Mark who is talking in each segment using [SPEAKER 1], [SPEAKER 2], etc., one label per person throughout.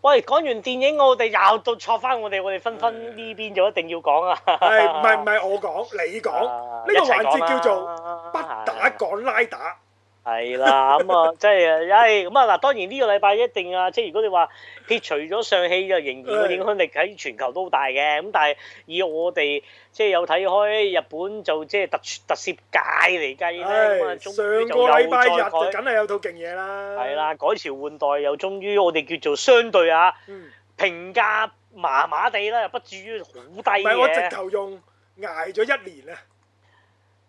[SPEAKER 1] 喂，講完電影，我哋又到錯翻我哋，我哋紛紛呢邊就一定要講啊！
[SPEAKER 2] 係 唔係唔係我講，你講
[SPEAKER 1] 啊
[SPEAKER 2] 呢個
[SPEAKER 1] 一齊
[SPEAKER 2] 環
[SPEAKER 1] 講
[SPEAKER 2] 節
[SPEAKER 1] 啦啊
[SPEAKER 2] 叫做不打講拉打，
[SPEAKER 1] 係啦，咁 啊，即係，唉，咁啊，嗱，當然呢個禮拜一定啊，即係如果你話撇除咗上戲，就仍然個影響力喺全球都好大嘅。咁但係以我哋即係有睇開日本就即係特特攝界嚟計咧，咁啊，
[SPEAKER 2] 唉，
[SPEAKER 1] 終
[SPEAKER 2] 上
[SPEAKER 1] 於就
[SPEAKER 2] 個禮拜日
[SPEAKER 1] 又
[SPEAKER 2] 就
[SPEAKER 1] 再改
[SPEAKER 2] 梗係有套勁嘢啦，
[SPEAKER 1] 係，啦，改朝換代又終於我哋叫做相對啊
[SPEAKER 2] 嗯，
[SPEAKER 1] 評價麻麻地啦，又不至於好低
[SPEAKER 2] 唔係我直
[SPEAKER 1] 嘅。
[SPEAKER 2] 頭用捱咗一年啊，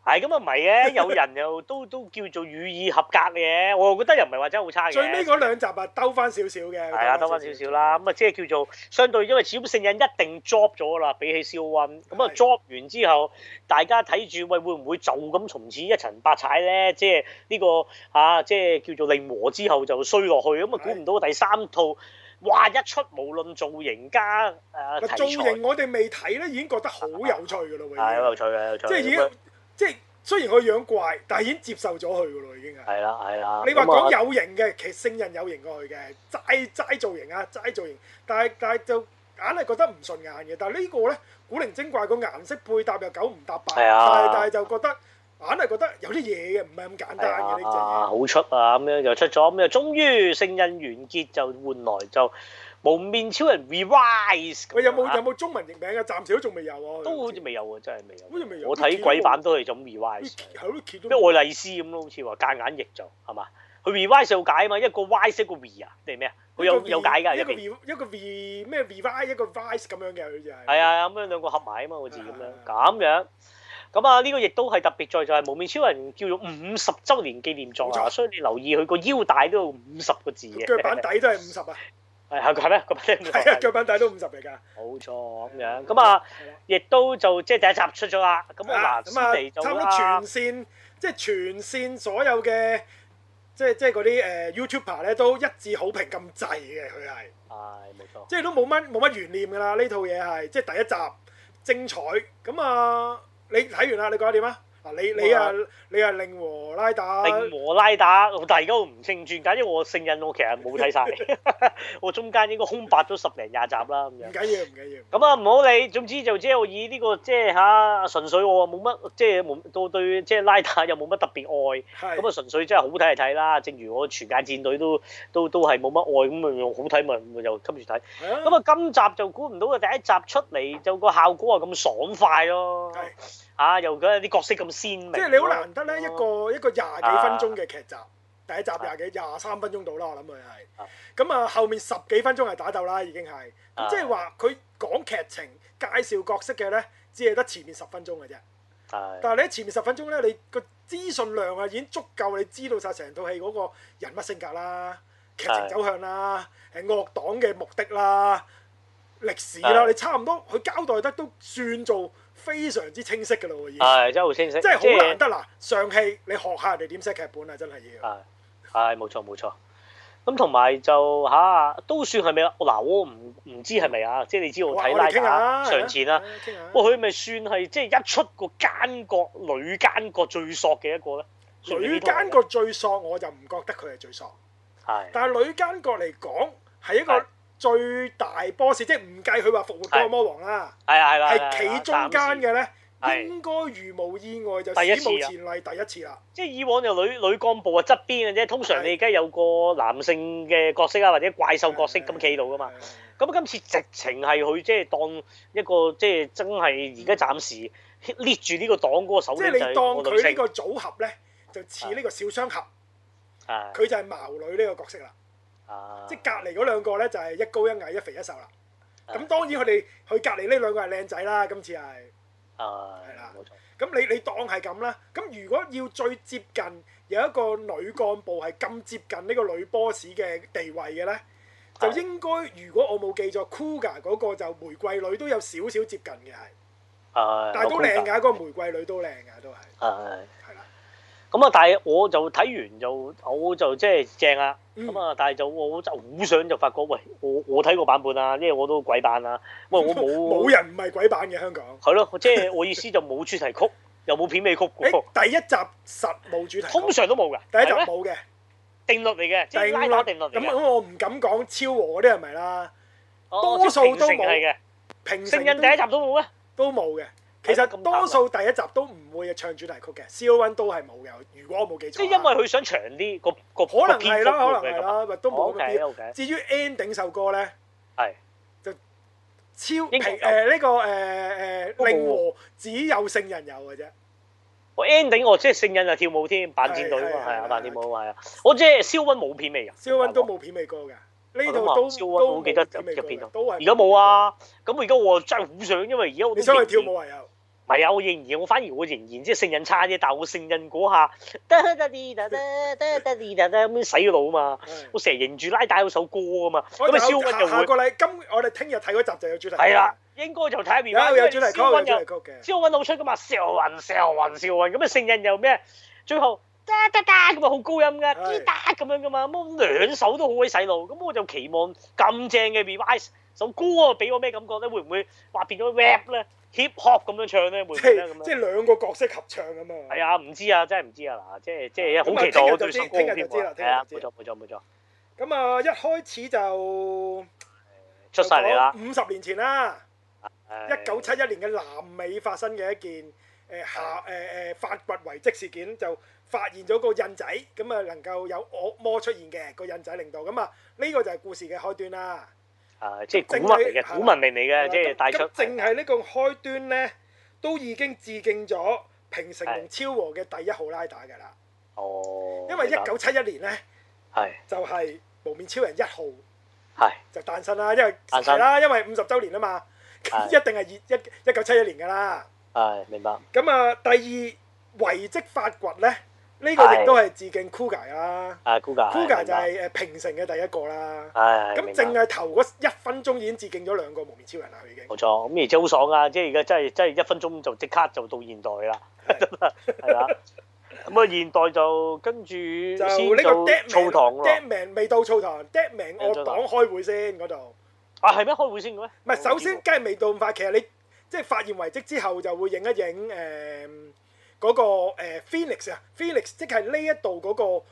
[SPEAKER 1] 係咁啊，唔係嘅， 有人又都都叫做予以合格嘅，我覺得又唔係話真係好差嘅。
[SPEAKER 2] 最尾嗰兩集啊兜翻少少嘅，
[SPEAKER 1] 係啊，兜翻少少啦，，咁啊即係叫做相對，因為始終聖印一定 drop 咗啦，比起肖温，咁啊
[SPEAKER 2] 係
[SPEAKER 1] drop 完之後，大家睇住喂會唔會就咁從此一層百踩咧？即係呢、個啊，即係叫做令和之後就衰落去，咁啊估唔到第三套，哇一出無論造型加誒、呃、題
[SPEAKER 2] 咪
[SPEAKER 1] 材，
[SPEAKER 2] 造
[SPEAKER 1] 係
[SPEAKER 2] 型我哋未睇咧已經覺得好有趣㗎咯，
[SPEAKER 1] 好
[SPEAKER 2] 喎
[SPEAKER 1] 有趣啊，有趣，
[SPEAKER 2] 已經，即係已經即係雖然佢樣怪，但係已經接受咗佢㗎咯，已經係。
[SPEAKER 1] 係啦係啦，
[SPEAKER 2] 你話
[SPEAKER 1] 咁啊
[SPEAKER 2] 講有型嘅，其實聖人有型過佢嘅，齋齋造型啊，齋造型，但係但係就硬係覺得唔順眼嘅。但係呢個咧，古靈精怪個顏色配搭又九唔搭八，
[SPEAKER 1] 係啊
[SPEAKER 2] 但係但係就覺得硬係覺得有啲嘢嘅，唔係咁簡單嘅
[SPEAKER 1] 啊，
[SPEAKER 2] 呢
[SPEAKER 1] 好出啊！咁樣就出咗，咁就終於聖印完結就換來就蒙面超人 Revise。
[SPEAKER 2] 隻嘢。喂，有冇有冇中文譯名啊？暫時都仲未有啊。
[SPEAKER 1] 都好似未有喎，真係未有。
[SPEAKER 2] 好似未有
[SPEAKER 1] 我睇鬼版都係咁 Revise，
[SPEAKER 2] 係咯，揭
[SPEAKER 1] 咩愛麗絲咁咯，好似話夾硬譯就係嘛？佢 Revise 有解啊嘛，一個 Wise 一個 V 啊，定係咩啊？佢有有解㗎，
[SPEAKER 2] 一
[SPEAKER 1] 入
[SPEAKER 2] 個
[SPEAKER 1] 邊
[SPEAKER 2] V 一個 V 咩 Revive 一個 Vice 咁樣嘅，好似係。
[SPEAKER 1] 係。啊，咁樣兩個合埋啊嘛，好似咁樣
[SPEAKER 2] 係
[SPEAKER 1] 咁樣。咁啊，呢個亦都係特別在就係蒙面超人叫做五十週年紀念作
[SPEAKER 2] 冇
[SPEAKER 1] 啊，
[SPEAKER 2] 錯
[SPEAKER 1] 所以你留意佢個腰帶都有五十個字嘅。
[SPEAKER 2] 腳板底都係五十啊，
[SPEAKER 1] 係係係咩？個名冇
[SPEAKER 2] 係啊，
[SPEAKER 1] 錯
[SPEAKER 2] 腳板底都五十嚟㗎。
[SPEAKER 1] 冇錯咁樣。咁啊，
[SPEAKER 2] 係啦。
[SPEAKER 1] 亦都就即係第一集出咗啦。咁啊，
[SPEAKER 2] 啊
[SPEAKER 1] 嗱，
[SPEAKER 2] 咁啊
[SPEAKER 1] 師弟，就
[SPEAKER 2] 差唔多
[SPEAKER 1] 啦
[SPEAKER 2] 全，線，即係全線所有嘅，即係即係嗰啲誒 YouTuber 咧都一致好評咁滯嘅，佢係，
[SPEAKER 1] 係冇錯。
[SPEAKER 2] 即係都冇乜冇乜懸念㗎啦，呢套嘢係，即係第一集精彩，咁啊，你睇完啦，你覺得點啊？嗱，你你啊
[SPEAKER 1] 好，
[SPEAKER 2] 你啊令和拉打，
[SPEAKER 1] 令和拉打，但係而家我唔清轉解，因為我聖印我其實冇睇晒， 我中間應該空白咗十零廿集啦咁
[SPEAKER 2] 唔
[SPEAKER 1] 樣。
[SPEAKER 2] 緊要唔緊要，
[SPEAKER 1] 咁啊，唔好理，總之就即係我以呢、個即係嚇純粹我啊冇乜即係冇到對即係拉打又冇乜特別愛，咁
[SPEAKER 2] 係
[SPEAKER 1] 啊純粹真係好睇就睇啦。正如我全界戰隊都都都係冇乜愛咁啊，用好睇咪咪又跟住睇。
[SPEAKER 2] 係啊
[SPEAKER 1] 咁啊，今集就估唔到啊！第一集出嚟就個效果啊咁爽快咯，
[SPEAKER 2] 係，
[SPEAKER 1] 啊又嗰啲角色咁鮮明咯，哦
[SPEAKER 2] 即係你好難得咧一個一個廿幾分鐘嘅劇集，第一集廿幾廿三分鐘到啦，我諗佢
[SPEAKER 1] 啊
[SPEAKER 2] 係。咁啊，後面十幾分鐘係打鬥啦，已經係。
[SPEAKER 1] 啊
[SPEAKER 2] 咁即係話佢講劇情、介紹角色嘅咧，只係得前面十分鐘嘅啫。
[SPEAKER 1] 係
[SPEAKER 2] 但係你喺前面十分鐘咧，你個資訊量啊已經足夠你知道晒成套戲嗰個人物性格啦、劇情走向啦、誒惡黨嘅目的啦、歷史啦，
[SPEAKER 1] 係
[SPEAKER 2] 你差唔多佢交代得都算做非常之清晰㗎啦喎，已經。
[SPEAKER 1] 係真係好清晰，
[SPEAKER 2] 真係好難得嗱，上戲你學下人哋點寫劇本啊，真係要。
[SPEAKER 1] 係係冇錯冇錯。咁同埋就吓、都算係咪啊？嗱，我唔唔知係咪啊，即係你知我
[SPEAKER 2] 哇
[SPEAKER 1] 睇
[SPEAKER 2] 我
[SPEAKER 1] 拉
[SPEAKER 2] 哋傾下
[SPEAKER 1] 打
[SPEAKER 2] 啊
[SPEAKER 1] 上前啦。，
[SPEAKER 2] 傾下啊。
[SPEAKER 1] 哇！佢咪算係即係一出個奸角女奸角最索嘅一個咧？算唔算
[SPEAKER 2] 女
[SPEAKER 1] 呢套啊
[SPEAKER 2] 奸角最索，我就唔覺得佢係最索。
[SPEAKER 1] 係
[SPEAKER 2] 但係女奸角嚟講，係一
[SPEAKER 1] 係
[SPEAKER 2] 個最大 boss，即係唔計佢話復活嗰
[SPEAKER 1] 係
[SPEAKER 2] 個魔王啦，
[SPEAKER 1] 係啊係啦，
[SPEAKER 2] 係企中間
[SPEAKER 1] 嘅。
[SPEAKER 2] 嘅咧，
[SPEAKER 1] 係
[SPEAKER 2] 應該如無意外就
[SPEAKER 1] 第一
[SPEAKER 2] 史
[SPEAKER 1] 次
[SPEAKER 2] 無
[SPEAKER 1] 啊
[SPEAKER 2] 前例第一次啦。
[SPEAKER 1] 即係以往就女女幹部啊側邊嘅啫，通常你而家有個男性嘅角色啊，或者怪獸角色咁啊企到噶嘛。
[SPEAKER 2] 係。啊
[SPEAKER 1] 咁今次直情係佢即係當一個即係真係而家暫時 lead 住呢個黨嗰個首
[SPEAKER 2] 即
[SPEAKER 1] 領就
[SPEAKER 2] 係你
[SPEAKER 1] 係
[SPEAKER 2] 當
[SPEAKER 1] 個女
[SPEAKER 2] 佢
[SPEAKER 1] 性
[SPEAKER 2] 呢個組合咧，就似呢個小雙俠，
[SPEAKER 1] 係
[SPEAKER 2] 佢就係矛女呢個角色啦。
[SPEAKER 1] 啊
[SPEAKER 2] 即係隔離嗰兩個咧就係一高一矮一肥一瘦啦。
[SPEAKER 1] 啊
[SPEAKER 2] 咁當然佢哋佢隔離呢兩個係靚仔啦，今次係。
[SPEAKER 1] 啊
[SPEAKER 2] 係啦
[SPEAKER 1] 冇錯
[SPEAKER 2] 咁你你當係咁啦。咁如果要最接近有一個女幹部係咁接近呢個女 boss 嘅地位嘅咧，就
[SPEAKER 1] 係
[SPEAKER 2] 應該如果我冇記錯，Kuga 嗰個就玫瑰女都有少少接近嘅係，
[SPEAKER 1] 啊
[SPEAKER 2] 但係都
[SPEAKER 1] 有
[SPEAKER 2] 靚
[SPEAKER 1] 高達
[SPEAKER 2] 㗎，嗰個玫瑰女都靚㗎，都係
[SPEAKER 1] 係
[SPEAKER 2] 係啦。
[SPEAKER 1] 咁啊，但係我就睇完就我就即係正啊。
[SPEAKER 2] 嗯
[SPEAKER 1] 咁啊，但係就我就好想就發覺，喂，我我睇個版本啊，因為我都鬼版啊。喂，我
[SPEAKER 2] 冇人唔係鬼版嘅香港。
[SPEAKER 1] 係咯，即係我意思就冇主題 曲，又冇片尾曲嘅喎，
[SPEAKER 2] 誒第一集實冇主題曲，
[SPEAKER 1] 通常都冇㗎。
[SPEAKER 2] 第一集
[SPEAKER 1] 係咩
[SPEAKER 2] 冇嘅，
[SPEAKER 1] 定律嚟嘅，即係拉打定律嚟
[SPEAKER 2] 咁咁啊
[SPEAKER 1] 嘅。
[SPEAKER 2] 我唔敢講超和嗰啲係咪啦，
[SPEAKER 1] 哦
[SPEAKER 2] 多
[SPEAKER 1] 即係
[SPEAKER 2] 數
[SPEAKER 1] 平
[SPEAKER 2] 都
[SPEAKER 1] 成
[SPEAKER 2] 冇
[SPEAKER 1] 係嘅。
[SPEAKER 2] 平
[SPEAKER 1] 聖
[SPEAKER 2] 成
[SPEAKER 1] 印第一集都冇咩？
[SPEAKER 2] 都冇嘅。其
[SPEAKER 1] 係
[SPEAKER 2] 實
[SPEAKER 1] 啊咁
[SPEAKER 2] 多數第一集都唔會唱主題曲嘅，C O N 都係冇嘅。如果我冇記錯啊，
[SPEAKER 1] 即係因為佢想長啲個個
[SPEAKER 2] 可能係啦，可能係
[SPEAKER 1] 係
[SPEAKER 2] 啦，咪都冇
[SPEAKER 1] O
[SPEAKER 2] 咁
[SPEAKER 1] K
[SPEAKER 2] 啲。
[SPEAKER 1] O K，
[SPEAKER 2] 至於 ending 首歌咧，
[SPEAKER 1] 係
[SPEAKER 2] 超
[SPEAKER 1] 國
[SPEAKER 2] 平
[SPEAKER 1] 有
[SPEAKER 2] 誒呢個誒誒令和只有聖人有嘅啫。
[SPEAKER 1] 我 ending 我即係聖印就跳舞添，扮戰隊啊
[SPEAKER 2] 係
[SPEAKER 1] 嘛，
[SPEAKER 2] 係
[SPEAKER 1] 係啊，
[SPEAKER 2] 係
[SPEAKER 1] 扮跳舞係啊，我即係燒温冇片味㗎，
[SPEAKER 2] 肖恩都冇片尾歌嘅，呢度
[SPEAKER 1] 我啊都話
[SPEAKER 2] 都
[SPEAKER 1] 肖恩
[SPEAKER 2] 都
[SPEAKER 1] 我
[SPEAKER 2] 冇
[SPEAKER 1] 記得
[SPEAKER 2] 片尾歌
[SPEAKER 1] 入邊
[SPEAKER 2] 嘅
[SPEAKER 1] 啊
[SPEAKER 2] 都係
[SPEAKER 1] 而家冇。啊，咁而家我真係好想，因為而家我都
[SPEAKER 2] 你想去跳
[SPEAKER 1] 仍然
[SPEAKER 2] 舞啊？又
[SPEAKER 1] 唔係啊！我仍然，我反而我仍然即係聖印差啫，但係我聖印嗰下 得得得得得得得得得咁樣洗腦啊嘛！
[SPEAKER 2] 係
[SPEAKER 1] 我成日認住拉帶嗰首歌啊嘛，
[SPEAKER 2] 我
[SPEAKER 1] 咁啊
[SPEAKER 2] 就
[SPEAKER 1] 肖温就
[SPEAKER 2] 下下
[SPEAKER 1] 會
[SPEAKER 2] 個禮今我哋聽日睇嗰集就有主題曲。
[SPEAKER 1] 係啦，，應該就睇下面啦，因
[SPEAKER 2] 有有
[SPEAKER 1] 為
[SPEAKER 2] 主題曲
[SPEAKER 1] 肖
[SPEAKER 2] 有
[SPEAKER 1] 温
[SPEAKER 2] 主題
[SPEAKER 1] 又
[SPEAKER 2] 曲嘅。
[SPEAKER 1] 肖温好出噶嘛，邵雲邵雲邵雲咁啊聖印又咩？最後得得得咁啊好高音噶，
[SPEAKER 2] 係
[SPEAKER 1] 滴答咁樣噶嘛，咁兩首都好鬼洗腦，咁我就期望咁正嘅 revise 首歌啊，俾我咩感覺咧？會唔會話變咗 rap 咧，hip hop 咁樣唱咧？會唔
[SPEAKER 2] 即
[SPEAKER 1] 會咧咁
[SPEAKER 2] 係
[SPEAKER 1] 樣
[SPEAKER 2] 即？係兩個角色合唱咁啊！
[SPEAKER 1] 係啊，唔知啊，真係唔知啊嗱，即係即係
[SPEAKER 2] 咁啊
[SPEAKER 1] 好期待
[SPEAKER 2] 聽
[SPEAKER 1] 我
[SPEAKER 2] 日就
[SPEAKER 1] 對
[SPEAKER 2] 知
[SPEAKER 1] 首歌
[SPEAKER 2] 聽
[SPEAKER 1] 添
[SPEAKER 2] 日就知啦
[SPEAKER 1] 喎，
[SPEAKER 2] 聽
[SPEAKER 1] 係啊，
[SPEAKER 2] 日就
[SPEAKER 1] 冇
[SPEAKER 2] 知
[SPEAKER 1] 錯冇錯冇錯，
[SPEAKER 2] 咁啊，一開始就
[SPEAKER 1] 出晒嚟啦，
[SPEAKER 2] 五十年前啦，
[SPEAKER 1] 誒
[SPEAKER 2] 一九七一年嘅南美發生嘅一件誒下誒誒發掘遺跡事件，就發現咗個印仔，咁啊能夠有惡魔出現嘅個印仔令到，咁啊呢個就係故事嘅開端啦。
[SPEAKER 1] 啊，即係古
[SPEAKER 2] 正
[SPEAKER 1] 文嚟
[SPEAKER 2] 係
[SPEAKER 1] 嘅，
[SPEAKER 2] 係
[SPEAKER 1] 古
[SPEAKER 2] 啦
[SPEAKER 1] 文明嚟
[SPEAKER 2] 係啦
[SPEAKER 1] 嘅，即係
[SPEAKER 2] 咁啊
[SPEAKER 1] 帶出
[SPEAKER 2] 咁淨係呢個開端呢，都已經致敬咗平成同超和嘅第一號拉打㗎啦，
[SPEAKER 1] 哦，
[SPEAKER 2] 因為
[SPEAKER 1] 明白
[SPEAKER 2] 一九七一年呢，
[SPEAKER 1] 係
[SPEAKER 2] 就係無面超人一號。
[SPEAKER 1] 係
[SPEAKER 2] 就誕生啦，因為
[SPEAKER 1] 誕生
[SPEAKER 2] 係啦，因為五十週年啊嘛，
[SPEAKER 1] 係
[SPEAKER 2] 一定係二一一九七一年㗎啦。
[SPEAKER 1] 係明白，
[SPEAKER 2] 咁啊，第二遺跡發掘咧，呢、個
[SPEAKER 1] 係
[SPEAKER 2] 亦都係致敬 Kuga 啦。
[SPEAKER 1] 啊估價
[SPEAKER 2] Kuga 就係誒平成嘅第一個啦。
[SPEAKER 1] 係
[SPEAKER 2] 咁啊
[SPEAKER 1] 明白
[SPEAKER 2] 淨係頭嗰一分鐘已經致敬咗兩個無面超人啦，佢已經。
[SPEAKER 1] 冇錯，咁而且好爽啊！即係而家真係真係一分鐘就即刻就到現代啦，係啦。咁啊，現代就跟住
[SPEAKER 2] 就
[SPEAKER 1] 先
[SPEAKER 2] 呢個
[SPEAKER 1] 做
[SPEAKER 2] Dead
[SPEAKER 1] 澡堂
[SPEAKER 2] Man Dead
[SPEAKER 1] 咯。
[SPEAKER 2] Man 未到澡堂，Dead Man
[SPEAKER 1] 未到
[SPEAKER 2] 惡
[SPEAKER 1] 澡
[SPEAKER 2] 黨
[SPEAKER 1] 堂
[SPEAKER 2] 開會先嗰度。
[SPEAKER 1] 啊，係咩？開會先嘅咩？
[SPEAKER 2] 唔係，首先梗係未到咁快。其實你即係發現遺跡之後，就會影一影誒嗰個、呃、Phoenix 啊，Phoenix 即係呢一度嗰個誒、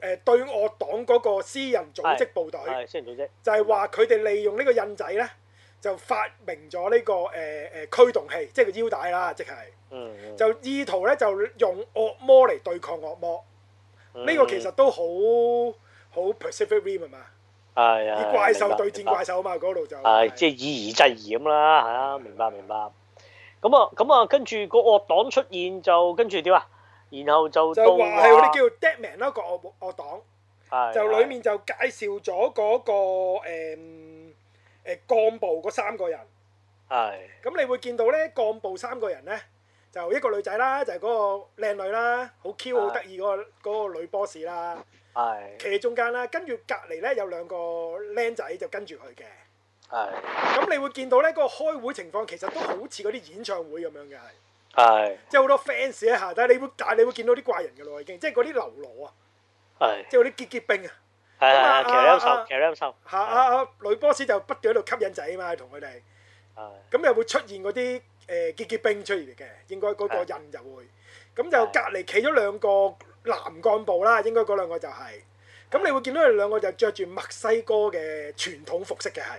[SPEAKER 2] 呃、對惡黨嗰個私人組織部隊，
[SPEAKER 1] 係先組織，
[SPEAKER 2] 就係話佢哋利用呢個印仔咧，就發明咗呢、個誒誒、呃驅動器，即係個腰帶啦，即係
[SPEAKER 1] 嗯，嗯
[SPEAKER 2] 就意圖咧就用惡魔嚟對抗惡魔。呢、
[SPEAKER 1] 嗯
[SPEAKER 2] 個其實都好好 Pacific Rim 係嘛？
[SPEAKER 1] 係
[SPEAKER 2] 以
[SPEAKER 1] 係
[SPEAKER 2] 怪
[SPEAKER 1] 明
[SPEAKER 2] 獸
[SPEAKER 1] 白
[SPEAKER 2] 對
[SPEAKER 1] 明
[SPEAKER 2] 戰
[SPEAKER 1] 白
[SPEAKER 2] 怪獸啊嘛，嗰度就
[SPEAKER 1] 係即係以夷制夷咁啦，係啊，明白明白。咁啊咁啊，跟住個惡黨出現就跟住點啊？然後就
[SPEAKER 2] 就
[SPEAKER 1] 到
[SPEAKER 2] 話係我哋叫 Dead Man 啦，個惡惡黨。
[SPEAKER 1] 啊係
[SPEAKER 2] 就
[SPEAKER 1] 係
[SPEAKER 2] 裡面就介紹咗嗰、個誒誒、幹部嗰三個人。
[SPEAKER 1] 係
[SPEAKER 2] 咁你會見到咧，幹部三個人咧，就一個女仔啦，就係、嗰個靚女啦，好 Q
[SPEAKER 1] 啊
[SPEAKER 2] 好得意嗰個嗰個女 boss 啦，
[SPEAKER 1] 係
[SPEAKER 2] 企喺中間啦。跟住隔離咧有兩個僆仔就跟住佢嘅。
[SPEAKER 1] 係
[SPEAKER 2] 咁你會見到咧，嗰、個開會情況其實都好似嗰啲演唱會咁樣嘅，係
[SPEAKER 1] 係
[SPEAKER 2] 即係好多 fans 喺下低，你會但係你會見到啲怪人嘅咯，已經即係嗰啲流羅啊，
[SPEAKER 1] 係。
[SPEAKER 2] 即係嗰啲結結冰啊。
[SPEAKER 1] 係
[SPEAKER 2] 咁
[SPEAKER 1] 係
[SPEAKER 2] 啊
[SPEAKER 1] 騎呢
[SPEAKER 2] 啊啊
[SPEAKER 1] 獸，騎呢獸，
[SPEAKER 2] 嚇啊啊！女 boss 就不斷喺度吸引仔嘛，同佢哋。
[SPEAKER 1] 係
[SPEAKER 2] 咁又會出現嗰啲誒結結冰出嚟嘅，應該嗰個印就會。咁就
[SPEAKER 1] 係
[SPEAKER 2] 隔離企咗兩個男幹部啦，應該嗰兩個就係、咁你會見到佢哋兩個就着住墨西哥嘅傳統服飾嘅係，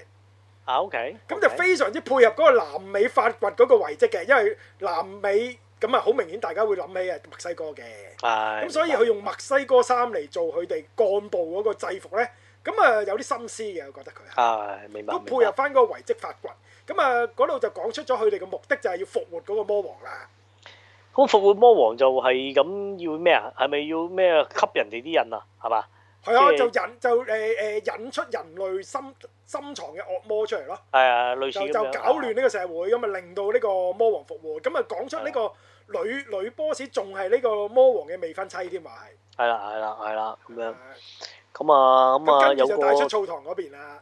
[SPEAKER 1] 啊 OK，
[SPEAKER 2] 咁就非常之配合嗰個南美發掘嗰個遺跡嘅，因為南美咁啊好明顯大家會諗起啊墨西哥嘅，
[SPEAKER 1] 係
[SPEAKER 2] 咁所以佢用墨西哥衫嚟做佢哋幹部嗰個制服咧，咁啊有啲心思嘅，我覺得佢係。
[SPEAKER 1] 係明白，
[SPEAKER 2] 都
[SPEAKER 1] 明
[SPEAKER 2] 配
[SPEAKER 1] 白
[SPEAKER 2] 合翻嗰個遺跡發掘。咁啊，嗰度就講出咗佢哋嘅目的就係要復活嗰個魔王啦。
[SPEAKER 1] 咁復活魔王就係咁要咩啊？係咪要咩吸人哋啲人啊？係嘛？
[SPEAKER 2] 係啊，
[SPEAKER 1] 即
[SPEAKER 2] 就
[SPEAKER 1] 係
[SPEAKER 2] 引就誒誒、引出人類深深藏嘅惡魔出嚟咯，
[SPEAKER 1] 係啊，類似
[SPEAKER 2] 就
[SPEAKER 1] 咁
[SPEAKER 2] 就
[SPEAKER 1] 樣
[SPEAKER 2] 搞亂呢個社會，咁啊令到呢個魔王復活。咁啊講出呢個女女 boss 仲係呢個魔王嘅未婚妻添話
[SPEAKER 1] 係啦，係啦，係啦，咁
[SPEAKER 2] 係。
[SPEAKER 1] 樣
[SPEAKER 2] 啊
[SPEAKER 1] 咁啊，咁啊
[SPEAKER 2] 咁跟
[SPEAKER 1] 有
[SPEAKER 2] 住
[SPEAKER 1] 個
[SPEAKER 2] 就帶出澡堂嗰邊啦。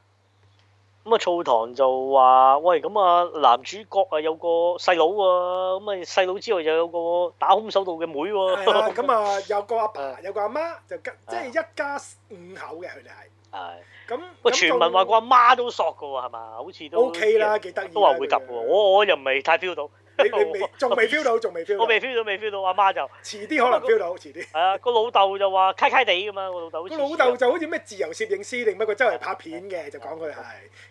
[SPEAKER 1] 咁啊，澡堂就話喂咁啊，男主角啊有個細佬喎，咁啊細佬之外又有個打空手道嘅妹
[SPEAKER 2] 係 啦，
[SPEAKER 1] 喎，
[SPEAKER 2] 咁啊有個阿爸
[SPEAKER 1] 啊
[SPEAKER 2] 有個阿媽，就跟即係
[SPEAKER 1] 啊
[SPEAKER 2] 一家五口嘅佢哋係。
[SPEAKER 1] 係
[SPEAKER 2] 咁
[SPEAKER 1] 喂，
[SPEAKER 2] 咁
[SPEAKER 1] 傳
[SPEAKER 2] 仲
[SPEAKER 1] 聞話個阿媽都索嘅喎，係嘛？好似都
[SPEAKER 2] OK 啦，幾得意
[SPEAKER 1] 都話
[SPEAKER 2] 啦
[SPEAKER 1] 會
[SPEAKER 2] 佢
[SPEAKER 1] 及
[SPEAKER 2] 哋
[SPEAKER 1] 喎，我我又唔係太 feel 到，
[SPEAKER 2] 你你未仲未 feel 到，仲未 feel
[SPEAKER 1] 我
[SPEAKER 2] 到，
[SPEAKER 1] 未 feel 到，未 feel 到，阿媽就
[SPEAKER 2] 遲啲可能 feel 到，遲啲。
[SPEAKER 1] 係啊，個老豆就話揩揩地咁啊樣，個老豆好似
[SPEAKER 2] 個老豆就好似咩自由攝影師定乜，佢周圍拍片嘅，就講佢係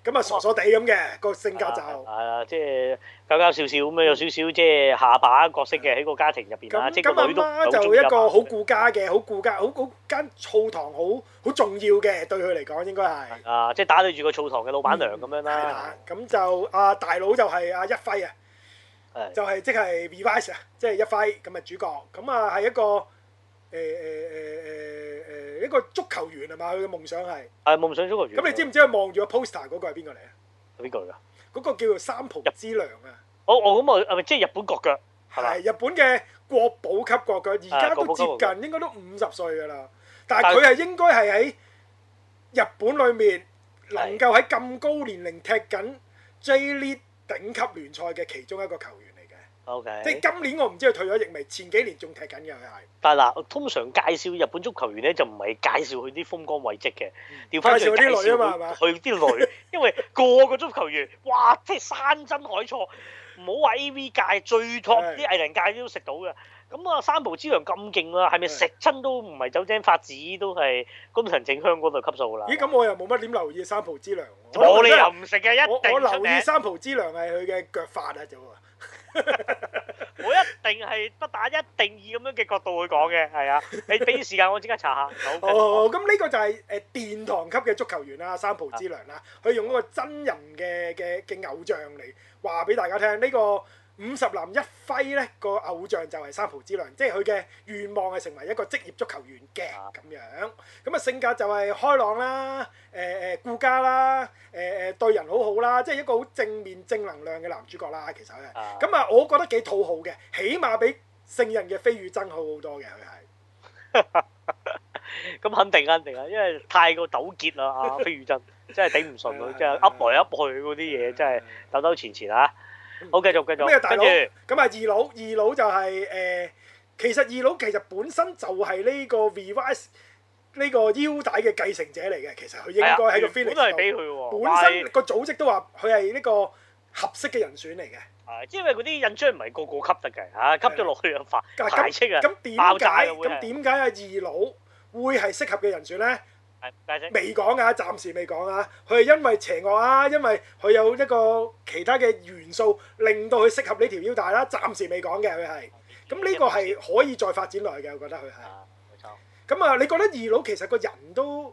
[SPEAKER 2] 咁啊傻傻地咁嘅個性格就。
[SPEAKER 1] 係啊，即係搞搞笑笑咁樣，有少少即係下把角色嘅喺個家庭入邊啊，
[SPEAKER 2] 咁
[SPEAKER 1] 即
[SPEAKER 2] 咁
[SPEAKER 1] 係個女都
[SPEAKER 2] 阿媽就一個好顧家嘅，好顧家，好好間醋堂好好重要嘅，對佢嚟講應該係。
[SPEAKER 1] 啊，即係打對住個澡堂嘅老闆娘咁樣
[SPEAKER 2] 嗯係
[SPEAKER 1] 啦
[SPEAKER 2] 啦，，咁就阿大佬就係阿一輝啊，
[SPEAKER 1] 係
[SPEAKER 2] 就係即係 revise 啊，即係一輝咁啊主角，咁啊係一個誒誒誒誒誒一個足球員啊嘛，佢嘅夢想係。
[SPEAKER 1] 係夢想足球員。
[SPEAKER 2] 咁你知唔知佢望住個 poster 嗰個係邊個嚟啊？
[SPEAKER 1] 邊個嚟㗎？
[SPEAKER 2] 嗰個叫做三浦之良啊。
[SPEAKER 1] 我我咁啊，係咪即係日本國腳係嘛？
[SPEAKER 2] 係日本嘅國寶級國腳，而
[SPEAKER 1] 啊
[SPEAKER 2] 家都
[SPEAKER 1] 國寶級國
[SPEAKER 2] 接
[SPEAKER 1] 腳
[SPEAKER 2] 近應該都五十歲㗎啦。但係佢係應該係喺日本裏面能夠喺咁高年齡踢緊 J League 頂級聯賽嘅其中一個球員嚟
[SPEAKER 1] O
[SPEAKER 2] 嘅。即
[SPEAKER 1] K，
[SPEAKER 2] 係今年我唔知佢退咗役未，前幾年仲踢緊嘅佢係。
[SPEAKER 1] 但係嗱，通常介紹日本足球員咧，就唔係介紹佢啲風光偉績嘅，調翻
[SPEAKER 2] 介
[SPEAKER 1] 轉
[SPEAKER 2] 紹
[SPEAKER 1] 介
[SPEAKER 2] 啲女
[SPEAKER 1] 紹
[SPEAKER 2] 啊嘛係嘛
[SPEAKER 1] 佢佢啲 女，因為個個足球員，哇，即係山珍海錯，唔好話 A V 界最 top
[SPEAKER 2] 係
[SPEAKER 1] 啲藝人界都食到嘅。咁啊，三浦之良咁勁啊啦，係咪
[SPEAKER 2] 係
[SPEAKER 1] 食親都唔係酒精發紫，都係宮藤正香嗰度級數啦？
[SPEAKER 2] 咦？咁我又冇乜點留意三浦之良喎。
[SPEAKER 1] 冇理
[SPEAKER 2] 真
[SPEAKER 1] 由
[SPEAKER 2] 係
[SPEAKER 1] 唔食嘅，
[SPEAKER 2] 我
[SPEAKER 1] 一
[SPEAKER 2] 我
[SPEAKER 1] 定出
[SPEAKER 2] 留
[SPEAKER 1] 名
[SPEAKER 2] 意。三浦之良係佢嘅腳法啊，啫喎。
[SPEAKER 1] 我一定係不打一定以咁樣嘅角度去講嘅，係啊，你俾啲時間我即刻查下。好繼續講
[SPEAKER 2] 哦，咁呢個就係誒殿堂級嘅足球員啦，三浦之良啦，佢用嗰個真人嘅嘅嘅偶像嚟話俾大家聽，呢個五十男一輝呢個偶像就係三浦之良，即係佢嘅願望係成為一個職業足球員嘅
[SPEAKER 1] 啊
[SPEAKER 2] 咁樣，咁啊性格就係開朗啦，誒誒顧家啦，誒誒對人好好啦，即係一個好正面正能量嘅男主角啦，其實佢係，
[SPEAKER 1] 啊
[SPEAKER 2] 咁啊我覺得幾討好嘅，起碼比聖人嘅飛羽爭好好多嘅佢係。
[SPEAKER 1] 咁肯定肯定啊，因為太過糾結 啦，啊阿飛宇真
[SPEAKER 2] 啊
[SPEAKER 1] 真係頂唔順啊佢，真係噏來噏去嗰啲嘢，真係兜兜前前啊！好，繼續繼
[SPEAKER 2] 咩
[SPEAKER 1] 續，
[SPEAKER 2] 大
[SPEAKER 1] 跟
[SPEAKER 2] 佬？
[SPEAKER 1] 住
[SPEAKER 2] 嗯咁啊，二佬，二佬就係、呃其實二佬其實本身就係呢個 revise 呢個腰帶嘅繼承者嚟嘅，其實佢應該喺個
[SPEAKER 1] 原本都係
[SPEAKER 2] Phoenix
[SPEAKER 1] 俾佢
[SPEAKER 2] 度
[SPEAKER 1] 喎，
[SPEAKER 2] 本身個組織都話佢係呢個合適嘅人選嚟嘅。
[SPEAKER 1] 係啊因為嗰啲印章唔係個個吸得嘅嚇，吸咗落去啊，排
[SPEAKER 2] 咁
[SPEAKER 1] 排斥啊，
[SPEAKER 2] 咁點
[SPEAKER 1] 爆炸
[SPEAKER 2] 解
[SPEAKER 1] 啦會係
[SPEAKER 2] 咁點解啊二佬會係適合嘅人選呢？
[SPEAKER 1] 係解釋
[SPEAKER 2] 未講啊，暫時未講啊。佢係因為邪惡啊，因為佢有一個其他嘅元素令到佢適合呢條腰帶啦，暫時未講嘅佢係。咁呢個係可以再發展落去嘅，我覺得佢係。
[SPEAKER 1] 啊冇錯
[SPEAKER 2] 咁啊，你覺得二佬其實個人都